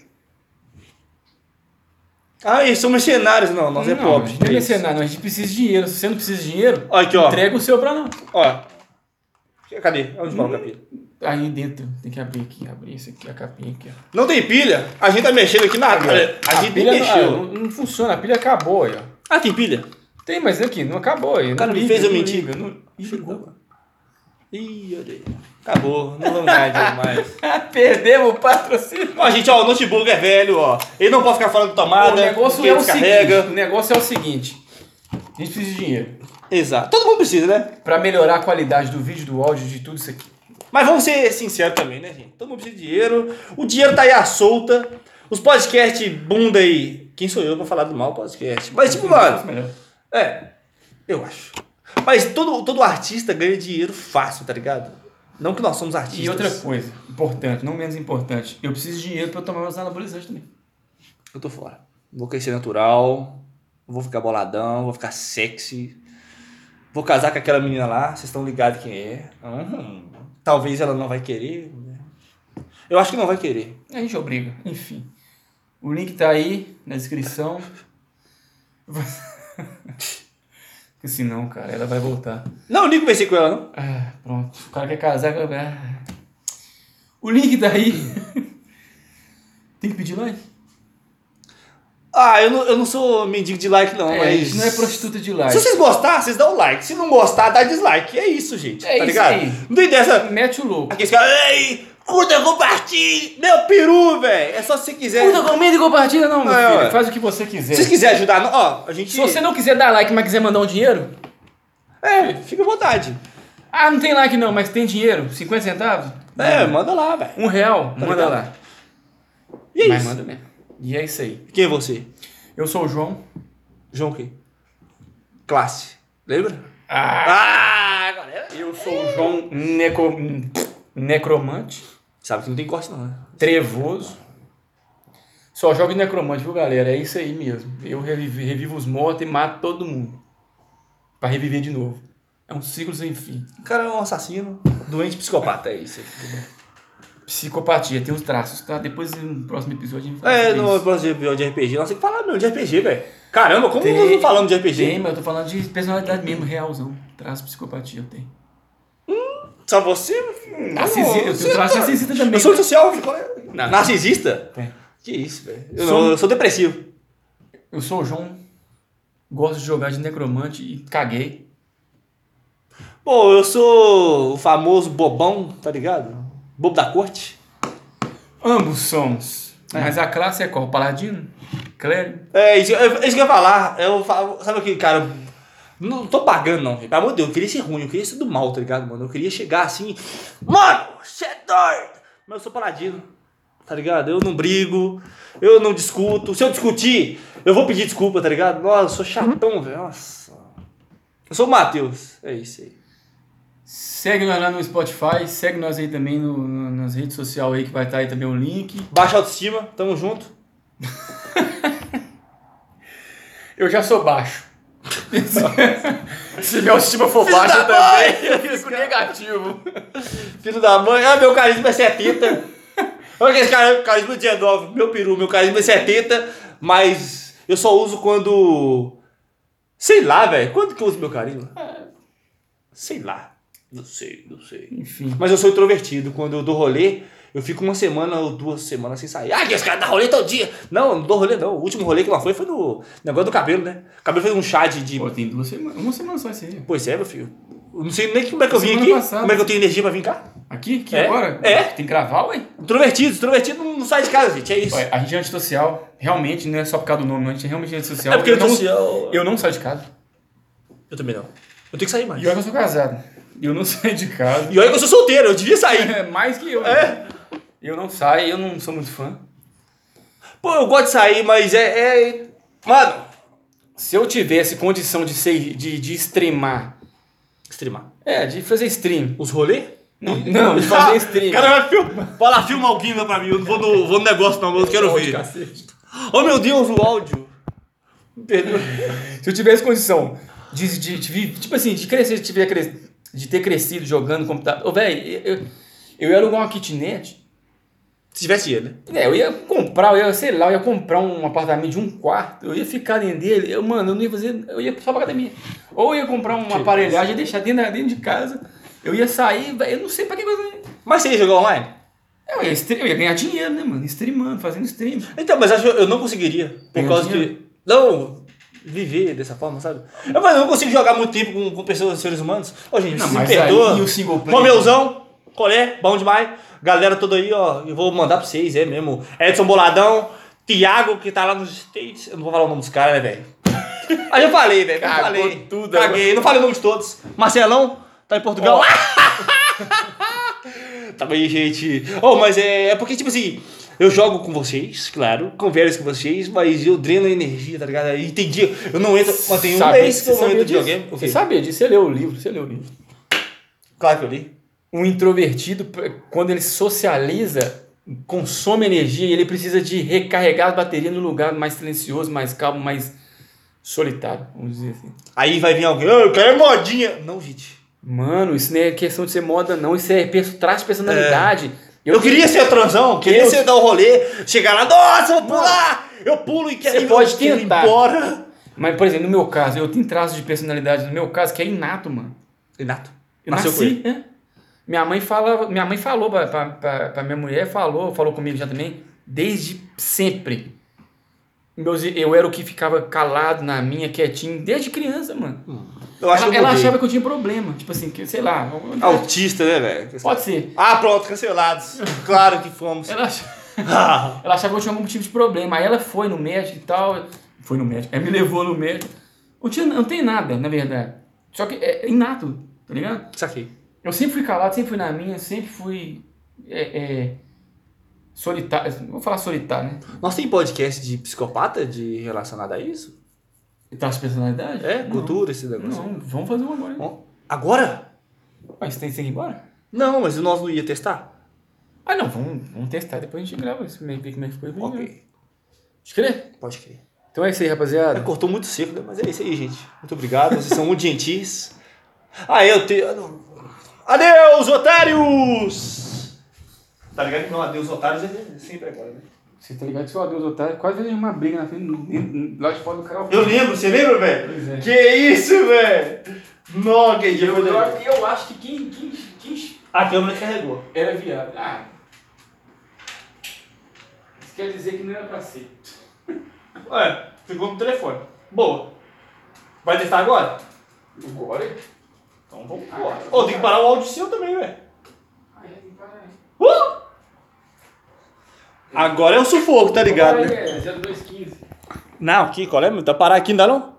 Speaker 1: Ah, eles são mercenários. Não, nós é
Speaker 2: Não,
Speaker 1: pobre.
Speaker 2: A gente não é
Speaker 1: isso.
Speaker 2: mercenário, não. a gente precisa de dinheiro. Se você não precisa de dinheiro,
Speaker 1: Aqui, ó.
Speaker 2: entrega o seu pra nós.
Speaker 1: Ó. Cadê? Onde coloca a pilha?
Speaker 3: Aí dentro, tem que abrir aqui, abrir isso aqui, a capinha aqui, ó.
Speaker 1: Não tem pilha? A gente tá mexendo aqui na... A gente nem
Speaker 2: pilha não, ah,
Speaker 1: mexeu.
Speaker 2: não, não funciona, a pilha acabou aí, ó.
Speaker 1: Ah, tem pilha?
Speaker 2: Tem, mas aqui, não acabou aí.
Speaker 1: O cara
Speaker 2: Não
Speaker 1: me
Speaker 2: liga,
Speaker 1: fez eu
Speaker 2: não
Speaker 1: mentir.
Speaker 2: liga, não- Ih,
Speaker 1: Chegou. Ih, olha aí. Acabou. Não vamos ganhar dinheiro mais.
Speaker 2: Perdemos Ah, o patrocínio.
Speaker 1: Ó, gente, ó, o notebook é velho, ó. Ele não pode ficar fora da tomada.
Speaker 2: o negócio
Speaker 1: porque
Speaker 2: é o
Speaker 1: descarrega.
Speaker 2: seguinte. O negócio é o seguinte. A gente precisa de dinheiro.
Speaker 1: Exato. Todo mundo precisa, né?
Speaker 2: Pra melhorar a qualidade do vídeo, do áudio, de tudo isso aqui.
Speaker 1: Mas vamos ser sinceros também, né, gente? Todo mundo precisa de dinheiro. O dinheiro tá aí à solta. Os podcasts bunda aí. Quem sou eu pra falar do mal podcast? Mas, tipo, mano.
Speaker 3: melhor.
Speaker 1: É, eu acho. Mas todo, todo artista ganha dinheiro fácil, tá ligado? Não que nós somos artistas.
Speaker 3: E outra coisa, importante, não menos importante, eu preciso de dinheiro pra eu tomar meus anabolizantes também.
Speaker 1: Eu tô fora. Vou crescer natural. Vou ficar boladão. Vou ficar sexy. Vou casar com aquela menina lá. Vocês estão ligados quem é. Uhum. Talvez ela não vai querer. né? Eu acho que não vai querer.
Speaker 3: A gente obriga, enfim. O link tá aí na descrição. Porque se não, cara, ela vai voltar.
Speaker 1: Não, eu nem conversei com ela, não.
Speaker 3: Ah, pronto. O cara quer casar com a- ah. O link tá aí. Tem que pedir like?
Speaker 1: Ah, eu não, eu não sou mendigo de like, não,
Speaker 3: É, a
Speaker 1: mas.
Speaker 3: gente não é prostituta de like.
Speaker 1: Se vocês gostar, vocês dão like. Se não gostar, dá dislike. É isso, gente.
Speaker 3: É
Speaker 1: tá
Speaker 3: isso
Speaker 1: ligado?
Speaker 3: aí.
Speaker 1: Não tem dessa.
Speaker 3: Mete o louco.
Speaker 1: Aqueles caras. Ei, curta, compartilhe. Meu peru, velho. É só se você quiser.
Speaker 3: Curta, comenta e compartilha, não, meu
Speaker 1: É,
Speaker 3: filho.
Speaker 1: ué.
Speaker 3: Faz o que você
Speaker 1: se
Speaker 3: quiser.
Speaker 1: vocês quiserem ajudar, não- ó, a gente.
Speaker 3: Se você não quiser dar like, mas quiser mandar um dinheiro,
Speaker 1: É, fica à vontade.
Speaker 3: ah, não tem like não, mas tem dinheiro, 50 centavos,
Speaker 1: É, manda lá, velho.
Speaker 3: um real, manda
Speaker 1: Tá ligado?
Speaker 3: lá.
Speaker 1: E é
Speaker 3: mas
Speaker 1: isso.
Speaker 3: manda mesmo. E é isso aí.
Speaker 1: Quem é você?
Speaker 3: Eu sou o João.
Speaker 1: João quem? Classe. Lembra?
Speaker 2: Ah,
Speaker 1: Ah, galera.
Speaker 2: eu sou
Speaker 3: um-
Speaker 2: o João Necro... Necromante.
Speaker 1: Sabe que não tem corte, não, né?
Speaker 2: Trevoso. Só joga de necromante, viu, galera? É isso aí mesmo. Eu revivo, revivo os mortos e mato todo mundo. Pra reviver de novo. É um ciclo sem fim.
Speaker 1: O cara é um assassino, doente psicopata, é isso.
Speaker 2: Psicopatia, tem os traços, tá? Depois, no próximo episódio, a gente
Speaker 1: É,
Speaker 2: sobre
Speaker 1: no
Speaker 2: isso.
Speaker 1: próximo episódio de RPG, nós temos que falar mesmo de RPG, velho. Caramba, como nós não falamos de RPG?
Speaker 2: Tem, mas eu tô falando de personalidade mesmo, realzão. Traço psicopatia, eu tenho.
Speaker 1: Só você? é um
Speaker 2: Narcisista, eu tenho um traço de narcisista também.
Speaker 1: Eu sou social. Narcisista?
Speaker 2: Tem.
Speaker 1: Que isso, velho. Eu,
Speaker 2: Sou- um-
Speaker 1: não- eu sou depressivo.
Speaker 2: Eu sou o João, gosto de jogar de necromante e caguei.
Speaker 1: Pô, eu sou o famoso bobão, tá ligado? Bobo da corte.
Speaker 2: Ambos somos. Mas a classe é qual? Paladino? Clérigo?
Speaker 1: É, isso, é isso que eu ia falar. Eu falo, sabe aquele cara. Não tô pagando, não, velho. Pelo amor de Deus, eu queria ser ruim, eu queria ser do mal, tá ligado, mano? Eu queria chegar assim. Mano, você é doido! Mas eu sou paladino, tá ligado? Eu não brigo, eu não discuto. Se eu discutir, eu vou pedir desculpa, tá ligado? Nossa, eu sou chatão, velho. Nossa. Eu sou o Matheus. É isso aí.
Speaker 2: Segue nós lá no Spotify, segue nós aí também no- no- nas redes sociais aí que vai estar aí também o link.
Speaker 1: Baixa autoestima, tamo junto.
Speaker 2: Eu já sou baixo. Se minha autoestima for baixa também, eu fico negativo.
Speaker 1: Filho da mãe, ah, meu carisma é 70. Olha que esse cara, carisma é 19, meu peru, meu carisma é 70, mas eu só uso quando. Sei lá, velho. Quando que eu uso meu carisma?
Speaker 2: É.
Speaker 1: Sei lá. Não sei, não sei.
Speaker 2: Enfim.
Speaker 1: Mas eu sou introvertido. Quando eu dou rolê, eu fico uma semana ou duas semanas sem sair. Ah, que esse cara dá rolê todo dia. Não, eu não dou rolê não. O último rolê que nós foi foi no negócio do cabelo, né? O cabelo fez um chá de. de-
Speaker 2: Pô, tem duas semanas. Uma semana só esse aí.
Speaker 1: Pois é, meu filho. Eu não sei nem como é que eu vim
Speaker 2: Semana
Speaker 1: aqui.
Speaker 2: passada.
Speaker 1: Como é que eu tenho energia pra vir cá?
Speaker 2: Aqui? Aqui
Speaker 1: É?
Speaker 2: agora?
Speaker 1: É.
Speaker 2: Tem que gravar, ué?
Speaker 1: Introvertido, introvertido não sai de casa, gente. É isso.
Speaker 2: Ué, A gente é antissocial. Realmente, não é só por causa do nome, não. A gente é realmente antissocial.
Speaker 1: É porque eu tô-
Speaker 2: não,
Speaker 1: eu-
Speaker 2: eu não saio de casa.
Speaker 1: Eu também não. Eu tenho que sair mais.
Speaker 2: E olha que eu sou casado. Eu não saio de casa.
Speaker 1: E olha que eu sou solteiro, eu devia sair.
Speaker 2: É mais que eu.
Speaker 1: É.
Speaker 2: Eu não saio, eu não sou muito fã.
Speaker 1: Pô, eu gosto de sair, mas é. é- Mano.
Speaker 2: Se eu tivesse condição de ser, de, de streamar,
Speaker 1: Streamar.
Speaker 2: é, de fazer stream.
Speaker 1: Os rolê?
Speaker 2: Não, não de fazer stream.
Speaker 1: O cara vai filmar. Fala, filma alguém lá pra mim. Eu não vou no, vou no negócio, não, mas eu quero ver. Oh meu Deus, o áudio. Me perdoa.
Speaker 2: Se eu tivesse condição de, de, de vi- tipo assim, de crescer, de, tiver cres- de ter crescido jogando no computador. Ô, velho, eu, eu um ia alugar uma kitnet.
Speaker 1: Se tivesse ele, né?
Speaker 2: É, eu ia comprar, eu ia, sei lá, eu ia comprar um apartamento de um quarto, eu ia ficar dentro dele, eu, mano, eu não ia fazer, eu ia só pra academia. Ou eu ia comprar uma aparelhagem e deixar dentro, da- dentro de casa, eu ia sair, véi, eu não sei pra que coisa. né?
Speaker 1: Mas você ia jogar online?
Speaker 2: Eu ia, stream, eu ia ganhar dinheiro, né, mano? Streamando, fazendo stream.
Speaker 1: Então, mas acho que eu não conseguiria. Por
Speaker 2: Ganhar
Speaker 1: causa
Speaker 2: dinheiro?
Speaker 1: que. Não, viver dessa forma, sabe? Eu, mas eu não consigo jogar muito tempo com, com pessoas, seres humanos. Ô, gente,
Speaker 2: Não,
Speaker 1: se
Speaker 2: mas
Speaker 1: perdoa.
Speaker 2: aí e o single player?
Speaker 1: Romeuzão, colé, é? bom demais. Galera toda aí, ó. Eu vou mandar pra vocês, é mesmo. Edson Boladão, Thiago, que tá lá nos States. Eu não vou falar o nome dos caras, né, velho? Aí eu falei, velho. eu
Speaker 2: Cagou
Speaker 1: falei.
Speaker 2: tudo né?
Speaker 1: Caguei, não falei o nome de todos. Marcelão, tá em Portugal. Tá bem, gente. Oh, mas é, é porque, tipo assim, eu jogo com vocês, claro, converso com vocês, mas eu dreno a energia, tá ligado? E tem dia, eu não entro, mas tem um
Speaker 2: Sabe-
Speaker 1: mês que eu não
Speaker 2: você sabia
Speaker 1: entro de
Speaker 2: disso?
Speaker 1: videogame. O
Speaker 2: Você
Speaker 1: quê?
Speaker 2: sabia disso, você leu o livro, você leu o livro.
Speaker 1: Claro que eu li.
Speaker 2: Um introvertido, p- quando ele socializa, consome energia e ele precisa de recarregar a bateria no lugar mais silencioso, mais calmo, mais solitário, vamos dizer assim.
Speaker 1: Aí vai vir alguém, "Ah, eu quero modinha. Não, gente.
Speaker 2: Mano, isso não é questão de ser moda, não. Isso é perso- traço de personalidade.
Speaker 1: É. Eu, queria ser transão, queria
Speaker 2: Eu-
Speaker 1: ser dar o rolê, chegar lá, nossa, eu vou pular! Eu pulo e quero,
Speaker 2: Você
Speaker 1: e
Speaker 2: pode
Speaker 1: eu quero ir
Speaker 2: tentar.
Speaker 1: embora.
Speaker 2: Mas, por exemplo, no meu caso, eu tenho traço de personalidade, no meu caso, que é inato, mano.
Speaker 1: Renato.
Speaker 2: Eu
Speaker 1: Nasceu com
Speaker 2: nasci, né? Minha mãe, fala, minha mãe falou pra, pra, pra, pra minha mulher, falou, falou comigo já também, desde sempre. Meus, eu era o que ficava calado na minha, quietinho, desde criança, mano.
Speaker 1: Eu acho
Speaker 2: ela
Speaker 1: que eu
Speaker 2: ela
Speaker 1: mudei.
Speaker 2: achava que eu tinha problema, tipo assim, que, sei lá.
Speaker 1: Autista, né, velho?
Speaker 2: Pode ser.
Speaker 1: Ah, pronto, cancelados. Claro que fomos.
Speaker 2: Ela achava... Ela achava que eu tinha algum tipo de problema. Aí ela foi no médico e tal. Foi no médico. Aí me levou no médico. Não, tinha, não tem nada, na verdade. Só que é inato, tá ligado?
Speaker 1: Saquei.
Speaker 2: Eu sempre fui calado, sempre fui na minha, sempre fui. É, é, solitário. Vou falar solitário, né?
Speaker 1: Nós tem podcast de psicopata de relacionado a isso?
Speaker 2: Traço de personalidade?
Speaker 1: É,
Speaker 2: Não.
Speaker 1: cultura, esse negócio.
Speaker 2: Não, vamos fazer uma agora.
Speaker 1: Bom, agora?
Speaker 2: Mas tem que ir embora?
Speaker 1: Não, mas nós não ia testar?
Speaker 2: Ah, não, vamos, vamos testar, depois a gente grava. isso, ver Como é que ficou e depois a gente grava. Pode crer?
Speaker 1: Pode crer.
Speaker 2: Então é isso aí, rapaziada.
Speaker 1: Ela cortou muito seco, né? Mas é isso aí, gente. Muito obrigado. Vocês são muito gentis. Ah, eu tenho. Adeus, otários! Tá ligado que não, adeus, otários é sempre agora, né?
Speaker 2: Você tá ligado que seu adeus otário quase veio uma briga na frente, do- lá de fora do carro.
Speaker 1: Eu lembro, você lembra, velho? Que isso, velho? Não, que dia foi legal.
Speaker 2: eu acho que quem, quem, quem
Speaker 1: A câmera carregou.
Speaker 2: era viado. Ah. Isso quer dizer que não era pra ser.
Speaker 1: Ué, ficou no telefone. Boa. Vai testar agora?
Speaker 2: Agora?
Speaker 1: Então vamos embora. Ô, tem que parar o áudio seu também, velho.
Speaker 2: Aí, aí,
Speaker 1: Uh! Agora é o sufoco, tá ligado, né?
Speaker 2: É, 0215.
Speaker 1: Não, aqui, qual é? meu? Tá parar aqui, não dá não?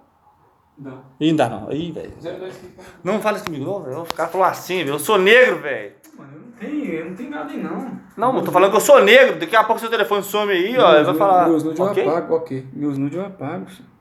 Speaker 2: Não.
Speaker 1: Ainda não. Ih, velho.
Speaker 2: 0215.
Speaker 1: Não fala isso comigo, não, velho. O cara falou assim, velho. Eu sou negro, velho.
Speaker 2: Mano, eu não tenho, eu não tenho nada aí não.
Speaker 1: Não, eu tô falando que eu sou negro. Daqui a pouco seu telefone some aí, ó. Ele vai falar.
Speaker 2: Meus nudes eu
Speaker 1: ok?
Speaker 2: apago, ok. Meus nudes eu apago. filho.